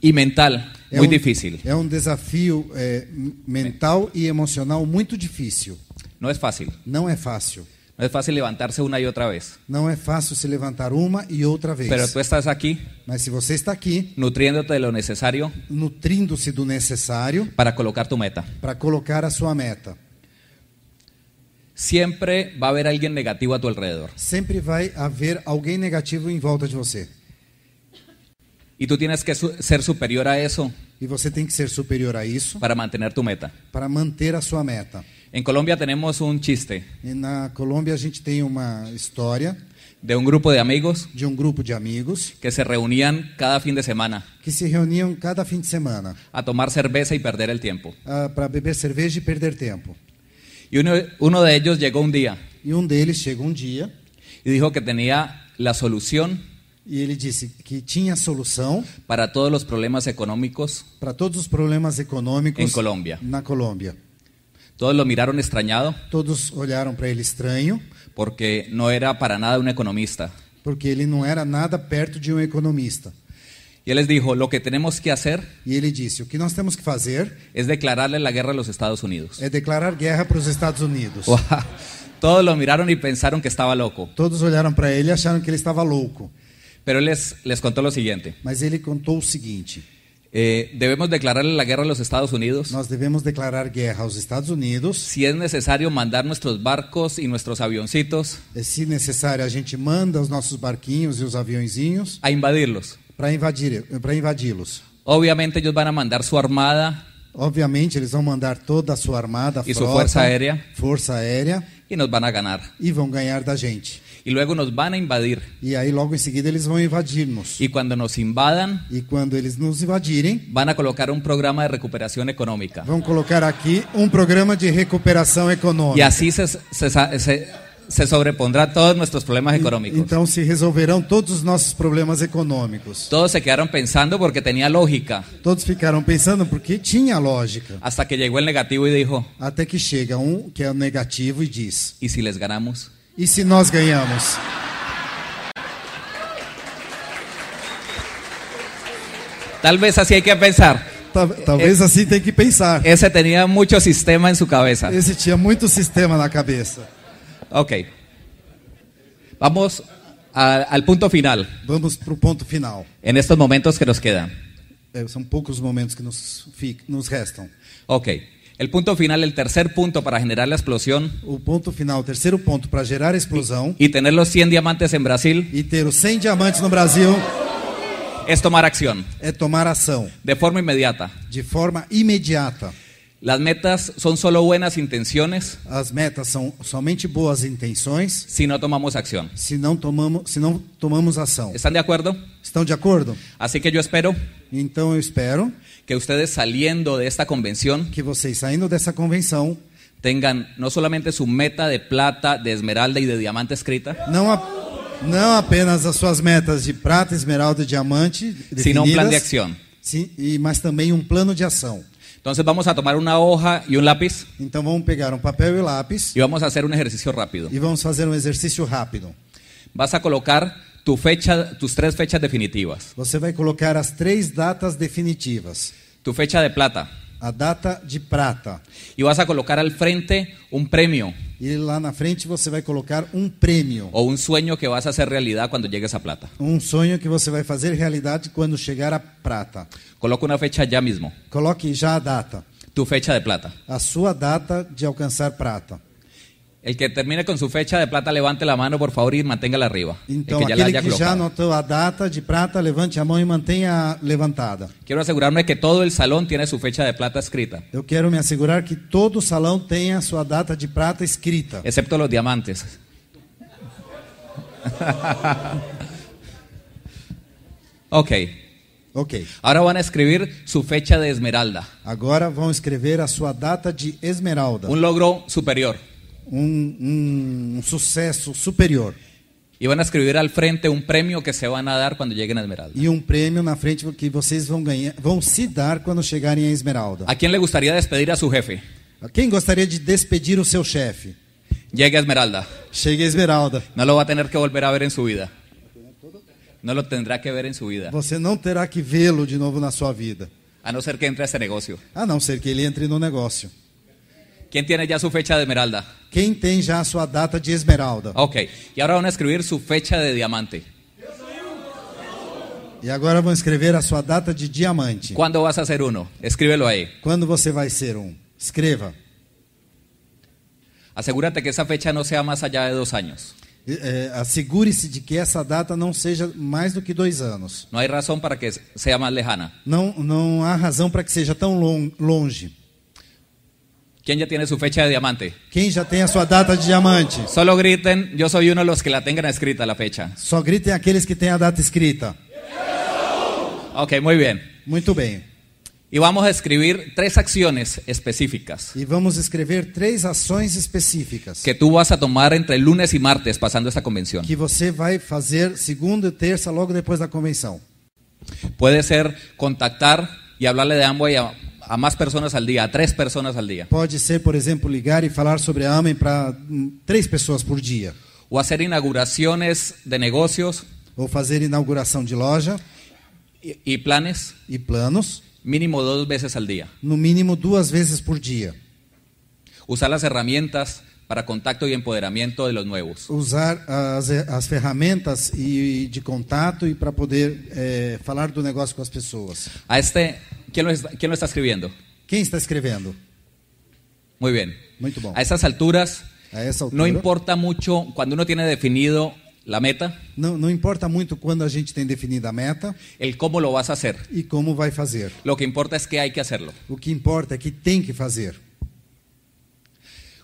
y mental muy
um,
difícil.
É um desafio é, m- mental e emocional muito difícil.
No es fácil.
Não é fácil.
No es fácil levantarse una y otra vez.
Não é fácil se levantar uma e outra vez.
Pero tú estás aquí
Mas se você está aqui,
nutriéndote de lo necesario
nutrindo-se do necessário
para colocar tu meta.
para colocar a sua meta.
Siempre va a haber alguien negativo a tu alrededor.
Sempre vai haver alguém negativo em volta de você.
Y tú tienes que su- ser superior a eso
E você tem que ser superior a isso
para mantener tu meta.
para manter a sua meta.
En Colombia tenemos un chiste
E na Colômbia a gente tem uma história
de un grupo de amigos
de um grupo de amigos
que se reunían cada fin de semana
que se reuniam cada fim de semana ah,
a tomar cerveza y perder el tiempo.
para beber cerveja e perder tempo.
Y uno, uno de ellos llegó un día
E um deles chega um dia
y dijo que tenía la solución
e ele disse que tinha solução
para todos los problemas económicos.
para todos os problemas econômicos
Em Colômbia.
na Colômbia.
Todos lo miraron extrañado
Todos olharam para ele estranho,
porque no era para nada un economista.
porque ele não era nada perto de um economista.
Y él les dijo, lo que tenemos que hacer
E ele disse: "O que nós temos que fazer
es declararle la guerra a los Estados Unidos.
é declarar guerra para os Estados Unidos."
Todos lo miraron y pensaron que estaba loco.
Todos olharam para ele e acharam que ele estava louco,
Pero él les, les contó lo siguiente.
mas ele contou o seguinte:
Eh, debemos declararle la guerra a los Estados Unidos.
"Nós devemos declarar guerra aos Estados Unidos.
Si es necesario mandar nuestros barcos y nuestros avioncitos
E, Se necessário, a gente manda os nossos barquinhos e os aviõezinhos
a invadirlos.
para invadir, para invadi-los.
Obviamente ellos van a mandar su armada
Obviamente, eles vão mandar toda a sua armada,
E sua
frota,
força aérea.
força aérea
y nos van a ganar.
e vão ganhar da gente.
Y luego nos van a invadir.
E aí, logo em seguida, eles vão invadir-nos. E,
Y cuando nos invadan,
quando eles nos invadirem,
van a colocar un programa de recuperación económica.
vão colocar aqui um programa de recuperação
Y
econômica.
así se, se, se- se sobrepondrá todos nuestros problemas económicos.
Então, se resolverão todos os nossos problemas econômicos.
Todos se quedaron pensando porque tenía lógica.
Todos ficaram pensando porque tinha lógica.
Hasta que llegó el negativo y dijo,
Até que chega um que é o negativo e diz:
¿y si les ganamos?
E se nós ganhamos?
Tal vez así hay que pensar.
Ta- talvez assim tem que pensar.
Ese tenía mucho sistema en su cabeza.
Esse tinha muito sistema na cabeça.
Ok. Vamos a- al punto final,
Vamos para o ponto final.
en estos momentos que nos quedan.
É, são poucos momentos que nos, fic- nos restam.
Ok. El punto final, el tercer punto para generar la explosión
O ponto final, o terceiro ponto, para gerar explosão
y tener los 100 diamantes en Brasil
e ter os 100 diamantes no Brasil
es tomar acción
é tomar ação
de forma inmediata.
de forma imediata.
Las metas son solo buenas intenciones
As metas são somente boas intenções
si no tomamos acción.
se não tomamos, se não tomamos ação.
¿Están de acuerdo?
Estão de acordo?
Así que yo espero
Então eu espero
que ustedes saliendo de esta convención
que vocês saindo dessa convenção
tengan no solamente su meta de plata, de esmeralda y de diamante escrita,
não a- Não apenas as suas metas de prata, esmeralda e diamante,
sino un plan um de
definidas,
acción.
Sim, e, mas também um plano de ação.
Entonces vamos a tomar una hoja y un lápiz
Então vamos pegar um papel e lápis
y vamos a hacer un ejercicio rápido.
e vamos fazer um exercício rápido.
Vas a colocar tu fecha, tus tres fechas definitivas.
Você vai colocar as três datas definitivas.
Tu fecha de plata.
A data de prata.
Y vas a colocar al frente un premio
E lá na frente você vai colocar um prêmio.
o un sueño que vas a hacer realidad cuando llegues a plata.
Um sonho que você vai fazer realidade quando chegar a prata.
Coloca una fecha ya mismo.
Coloque já a data.
Tu fecha de plata.
A sua data de alcançar prata.
El que termine con su fecha de plata, levante la mano, por favor, y manténgala arriba. El
Então,
que ya la
aquele
haya
que já
colocado.
anotou a data de prata, levante a mão e mantenha levantada.
Quiero asegurarme que todo el salón tiene su fecha de plata escrita,
Eu quero me assegurar que todo o salão tenha a sua data de prata escrita,
excepto los diamantes. ok,
Ok.
ahora van a escribir su fecha de esmeralda,
Agora vão escrever a sua data de esmeralda.
un logro superior.
Um, um, um sucesso superior.
Y van a escribir al frente un premio que se van a dar cuando lleguen a esmeralda.
E um prêmio na frente que vocês vão ganhar, vão se dar quando chegarem à esmeralda.
¿A quién le gustaría despedir a su jefe?
Quem gostaria de despedir o seu chefe?
Llegue a esmeralda,
Chega a esmeralda.
no lo va a tener que volver a ver en su vida. No lo tendrá que ver en su vida,
Você não terá que vê-lo de novo na sua vida,
a no ser que entre a este negocio.
a não ser que ele entre no negócio.
¿Quién tiene ya su fecha de esmeralda?
Quem tem já a sua data de esmeralda?
Ok, y ahora van a escribir su fecha de diamante.
E agora vão escrever a sua data de diamante.
¿Cuándo vas a ser uno? Escríbelo ahí.
Quando você vai ser um? Escreva.
Asegúrate que esa fecha no sea más allá de dos años.
E, é, Assegure-se de que essa data não seja mais do que dois anos.
No hay razón para que sea más lejana.
Não, não há razão para que seja tão lon- longe.
¿Quién ya tiene su fecha de diamante?
Quem já tem a sua data de diamante?
Solo griten, yo soy uno de los que la tengan escrita la fecha.
Só gritem aqueles que têm a data escrita.
Ok, muy bien.
Muito bem.
Y vamos a escribir tres acciones específicas
E vamos escrever três ações específicas
que tú vas a tomar entre lunes y martes pasando esta convención.
que você vai fazer segunda e terça logo depois da convenção.
Puede ser contactar y hablarle de Amway a, a más personas al día, a tres personas al día.
Pode ser, por exemplo, ligar e falar sobre a Amem para hum, três pessoas por dia,
O hacer inauguraciones de negocios
ou fazer inauguração de loja
y- y planes
e planos,
mínimo dos veces al día.
no mínimo duas vezes por dia.
Usar las herramientas para contacto y empoderamiento de los nuevos.
Usar as, as ferramentas e, de contato e para poder eh, falar do negócio com as pessoas.
A este, ¿quién lo, está, quién lo está escribiendo?
Quem está escrevendo?
Muy bien.
Muito bom.
A estas alturas,
A essa altura,
no importa mucho cuando uno tiene definido la meta,
não, não importa muito quando a gente tem definida a meta
el cómo lo vas a hacer.
e como vai fazer.
Lo que importa es que hay que hacerlo.
O que importa é que tem que fazer.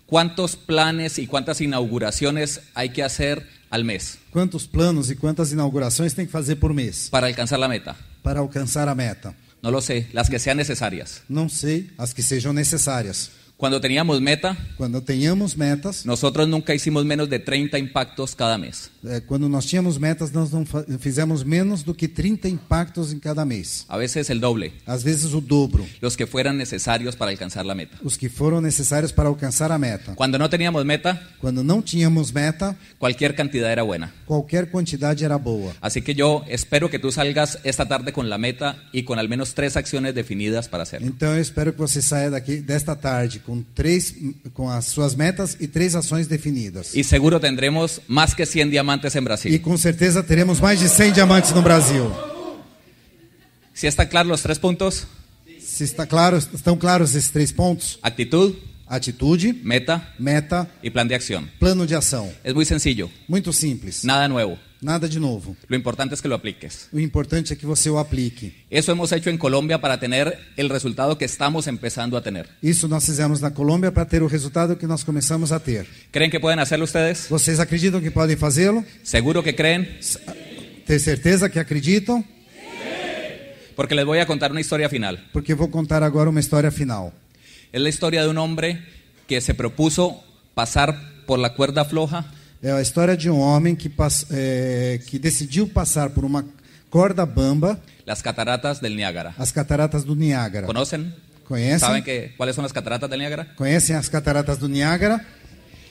¿Cuántos planes y cuántas inauguraciones hay que hacer al mes
Quantos planos e quantas inaugurações tem que fazer por mês
para alcanzar la meta?
para alcançar a meta?
No lo sé, las que sean necesarias.
Não sei, as que sejam necessárias.
Cuando teníamos meta,
Quando tenhamos metas,
nosotros nunca hicimos menos de 30 impactos cada mes.
eh, quando nós tínhamos metas, nós não fa- fizemos menos do que 30 impactos em cada mês.
A veces el doble.
Às vezes o dobro,
los que fueran necesarios para alcanzar la meta.
os que foram necessários para alcançar a meta.
Cuando no teníamos meta,
Quando não tínhamos meta,
cualquier cantidad era buena.
qualquer quantidade era boa.
Así que yo espero que tú salgas esta tarde con la meta y con al menos tres acciones definidas para hacerlo.
Então eu espero que você saia daqui desta tarde com três com as suas metas e três ações definidas.
Y seguro tendremos más que 100 diamantes en
E
Brasil.
com certeza teremos mais de 100 diamantes no Brasil.
Si están claros los tres puntos,
Se está claro, estão claros esses três pontos?
actitud,
Atitude,
meta
meta,
y plan de acción.
plano de ação.
Es muy sencillo,
Muito simples.
nada nuevo.
Nada de novo.
Lo importante es que lo apliques.
O importante é que você o aplique.
Eso hemos hecho en Colombia para tener el resultado que estamos empezando a tener.
Isso nós fizemos na Colômbia para ter o resultado que nós começamos a ter.
¿Creen que pueden hacerlo ustedes?
Vocês acreditam que podem fazê-lo?
Seguro que creen,
Ter certeza que acreditam?
porque les voy a contar una historia final.
Porque eu vou contar agora uma história final.
Es la historia de un hombre que se propuso pasar por la cuerda floja
É a história de um homem que, pass- é, que decidiu passar por uma corda bamba
Las cataratas del Niágara.
as cataratas do Niágara.
¿Conocen? ¿Saben
Conhecem?
que- cuáles son las cataratas del Niágara?
Conhecem as cataratas do Niágara?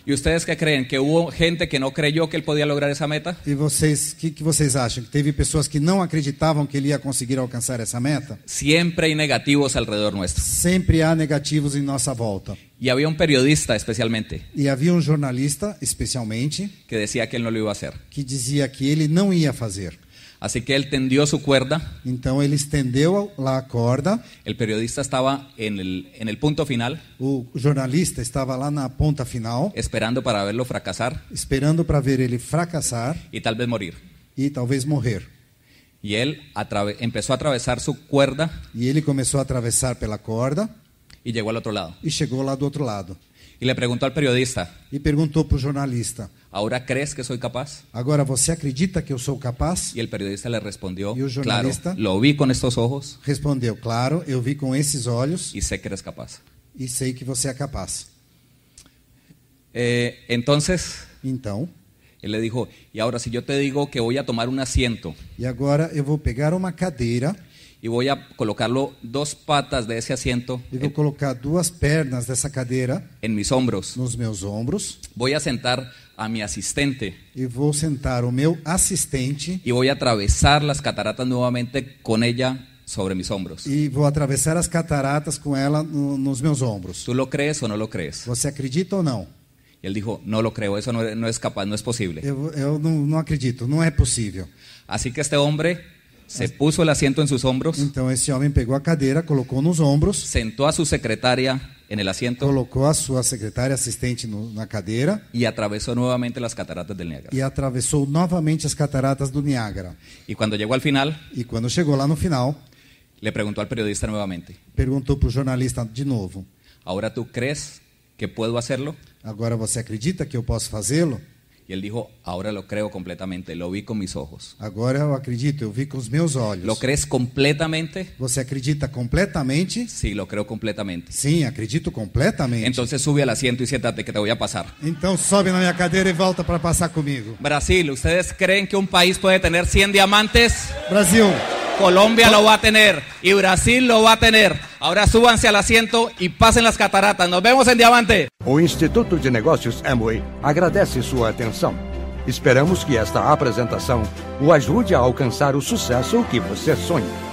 ¿Y ustedes qué creen? ¿Que hubo gente que no creyó que él podía lograr esa meta?
E vocês, o que, que vocês acham? Que teve pessoas que não acreditavam que ele ia conseguir alcançar essa meta?
Siempre hay negativos alrededor nuestro.
Sempre há negativos em nossa volta.
Y había un periodista especialmente
E havia um jornalista, especialmente,
que decía que él no lo iba a hacer.
que dizia que ele não ia fazer.
Así que él tendió su cuerda.
Então ele estendeu lá a corda,
El periodista estaba en el, en el punto final,
o jornalista estava lá na ponta final,
esperando para verlo fracasar
esperando para ver ele fracassar
y tal vez morir.
e talvez morrer.
Y él atrave- empezó a atravesar su cuerda
E ele começou a atravessar pela corda
y llegó al otro lado.
e chegou lá do outro lado.
Y le preguntó al periodista,
E perguntou para o jornalista:
¿ahora crees que soy capaz?
Agora você acredita que eu sou capaz?
Y el periodista le respondió,
¿Y un
claro,
jornalista?
lo vi con estos ojos
Respondeu, claro, eu vi com esses olhos
y sé que eres capaz.
e sei que você é capaz.
Eh, entonces,
Então,
él le dijo, y ahora si yo te digo que voy a tomar un asiento
e agora eu vou pegar uma cadeira
y voy a colocarlo dos patas de ese asiento
e vou
en,
colocar duas pernas dessa cadeira
en mis hombros,
nos meus ombros
voy a sentar a mi asistente
e vou sentar o meu assistente
y voy a atravesar las cataratas nuevamente con ella sobre mis hombros.
e vou atravessar as cataratas com ela no, nos meus ombros.
¿Tú lo crees o no lo crees?
Você acredita ou não?
Y él dijo, no lo creo, eso no, no es capaz, no es posible.
Eu, eu não, não acredito, não é possível.
Así que este hombre se puso el asiento en sus hombros,
Então esse homem pegou a cadeira, colocou nos ombros,
sentó a su secretaria en el asiento
colocou a sua secretária assistente no, na cadeira
y atravesó nuevamente las cataratas del Niágara.
e atravessou novamente as cataratas do Niágara.
Y cuando llegó al final,
E quando chegou lá no final,
le preguntó al periodista nuevamente,
perguntou para o jornalista de novo:
¿ahora tú crees que puedo hacerlo?
Agora você acredita que eu posso fazê-lo?
Y él dijo, ahora lo creo completamente, lo vi con mis ojos.
Agora eu acredito, eu vi com os meus olhos.
¿Lo crees completamente?
Você acredita completamente?
Sí, lo creo completamente.
Sim, acredito completamente. Então,
Entonces sube al asiento y siéntate que te voy a pasar.
sobe na minha cadeira e volta para passar comigo.
Brasil, ¿ustedes creen que un país puede tener 100 diamantes?
Brasil,
Colombia lo va a tener y Brasil lo va a tener. Ahora súbanse al asiento y pasen las cataratas. Nos vemos en Diamante.
O Instituto de Negócios Amway agradece sua atenção. Esperamos que esta apresentação o ajude a alcançar o sucesso que você sonha.